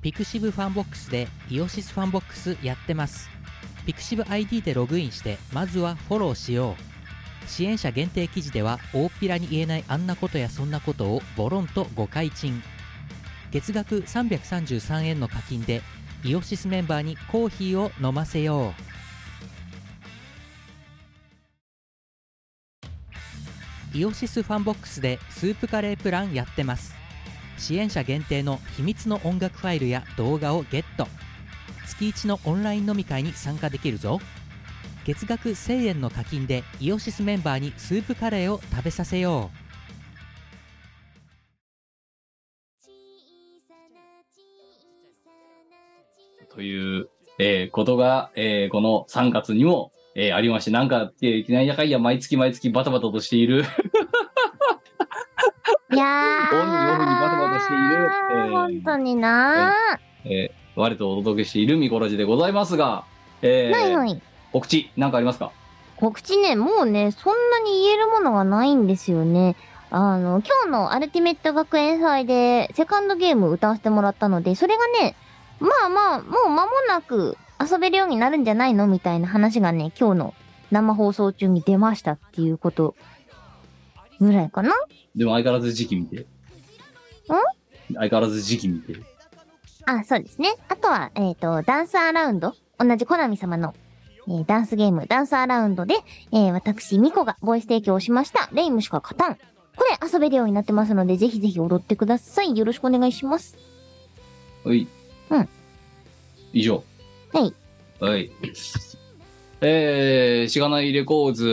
Speaker 2: ピクシブファンボックスでイオシスファンボックスやってます。ピクシブ ID でログインして、まずはフォローしよう。支援者限定記事では、大っぴらに言えないあんなことやそんなことをボロンと誤解賃。月額333円の課金で、イオシスメンバーにコーヒーを飲ませよう。イオシスファンボックスでスープカレープランやってます支援者限定の秘密の音楽ファイルや動画をゲット月1のオンライン飲み会に参加できるぞ月額1000円の課金でイオシスメンバーにスープカレーを食べさせよう
Speaker 3: という、えーことが、えーこの3月にも、えーありまして、なんかあって、いきなりやかいや毎月毎月バタバタとしている、
Speaker 4: いやー。
Speaker 3: オンにオフにバタバタしているえー
Speaker 4: 本当にな
Speaker 3: えー我とお届けしているミコラジでございますが、え
Speaker 4: ー。ない
Speaker 3: ー、
Speaker 4: ない。
Speaker 3: お口、なんかありますか
Speaker 4: 告知ね、もうね、そんなに言えるものがないんですよね。あの、今日のアルティメット学園祭でセカンドゲーム歌わせてもらったので、それがね、まあまあ、もう間もなく遊べるようになるんじゃないのみたいな話がね、今日の生放送中に出ましたっていうことぐらいかな
Speaker 3: でも相変わらず時期見て。ん相変わらず時期見て。
Speaker 4: あ、そうですね。あとは、えっ、と、ダンスアラウンド。同じコナミ様の、えーダンスゲーム、ダンスアラウンドで、えー私、ミコがボイス提供をしました。レイムしか勝たん。これ遊べるようになってますので、ぜひぜひ踊ってください。よろしくお願いします。
Speaker 3: はい。
Speaker 4: うん。
Speaker 3: 以上。
Speaker 4: はい。
Speaker 3: はい。えー、しがないレコーズ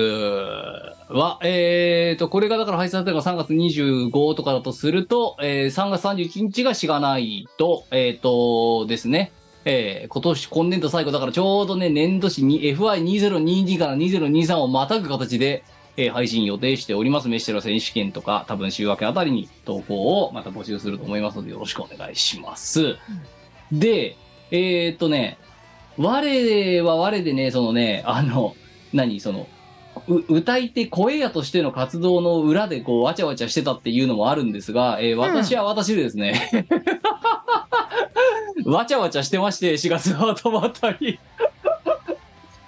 Speaker 3: は、えーと、これがだから配信されたのが3月25とかだとすると、えー、3月31日がしがないと、えーとですね、えー、今年、今年度最後だからちょうどね、年度史に FI2022 から2023をまたぐ形で、えー配信予定しております。メッシェラ選手権とか、多分週明けあたりに投稿をまた募集すると思いますので、よろしくお願いします。で、えー、っとね、我は我でね、そのね、あの、何、その、う歌い手、声屋としての活動の裏でこう、わちゃわちゃしてたっていうのもあるんですが、えー私は私でですね、 わちゃわちゃしてまして、4月の頭あたり。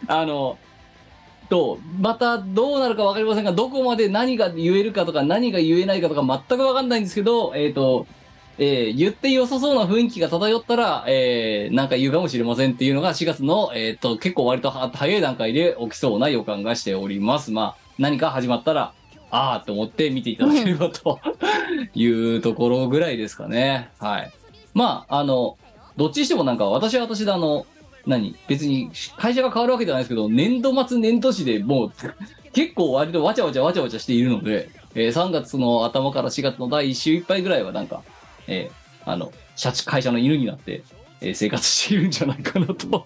Speaker 3: あの、と、またどうなるかわかりませんが、どこまで何が言えるかとか、何が言えないかとか、全くわかんないんですけど、えっ、と、えー言って良さそうな雰囲気が漂ったら、えーなんか言うかもしれませんっていうのが4月の、えっ、と、結構割とは早い段階で起きそうな予感がしております。まあ、何か始まったら、ああと思って見ていただければと いうところぐらいですかね。はい。まあ、あの、どっちにしてもなんか私は私であの、何別に会社が変わるわけではないですけど、年度末年年でもう結構割とわちゃわちゃわちゃわちゃしているので、えー3月の頭から4月の第1週いっぱいぐらいはなんか、えーあの、社畜会社の犬になって、えー生活しているんじゃないかなと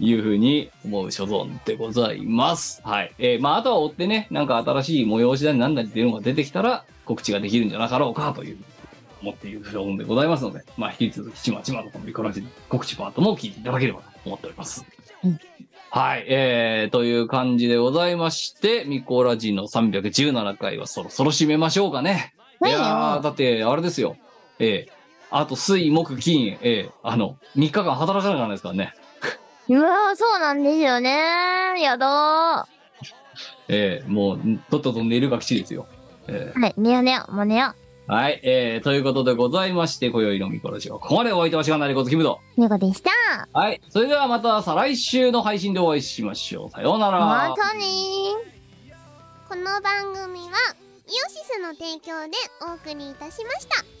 Speaker 3: いうふうに思う所存でございます。はい。えーまああとは追ってね、なんか新しい催しだになんだりっていうのが出てきたら告知ができるんじゃなかろうかという思っている所存でございますので、まあ、引き続き、ちまちまとこのミコラジの告知パートも聞いていただければと思っております。はい、えー、という感じでございまして、ミコラジの317回はそろそろ締めましょうかね。
Speaker 4: はいいよ
Speaker 3: やー、だって、あれですよ。えー、あと、水、木、金、えー、あの、3日間働かなきゃならないですからね。
Speaker 4: うわー、そうなんですよねやだ
Speaker 3: えー、もう、とっとと寝るが吉ですよ。え
Speaker 4: ー。はい、寝よう寝よう、もう寝よ
Speaker 3: ー、はい、えー、ということでございまして、今宵のミコラジはここまでお相手はしがないレコーズキムと。
Speaker 4: う。猫でした。
Speaker 3: はい。それではまた再来週の配信でお会いしましょう。さようなら。
Speaker 4: またねー。
Speaker 1: この番組はイオシスの提供でお送りいたしました。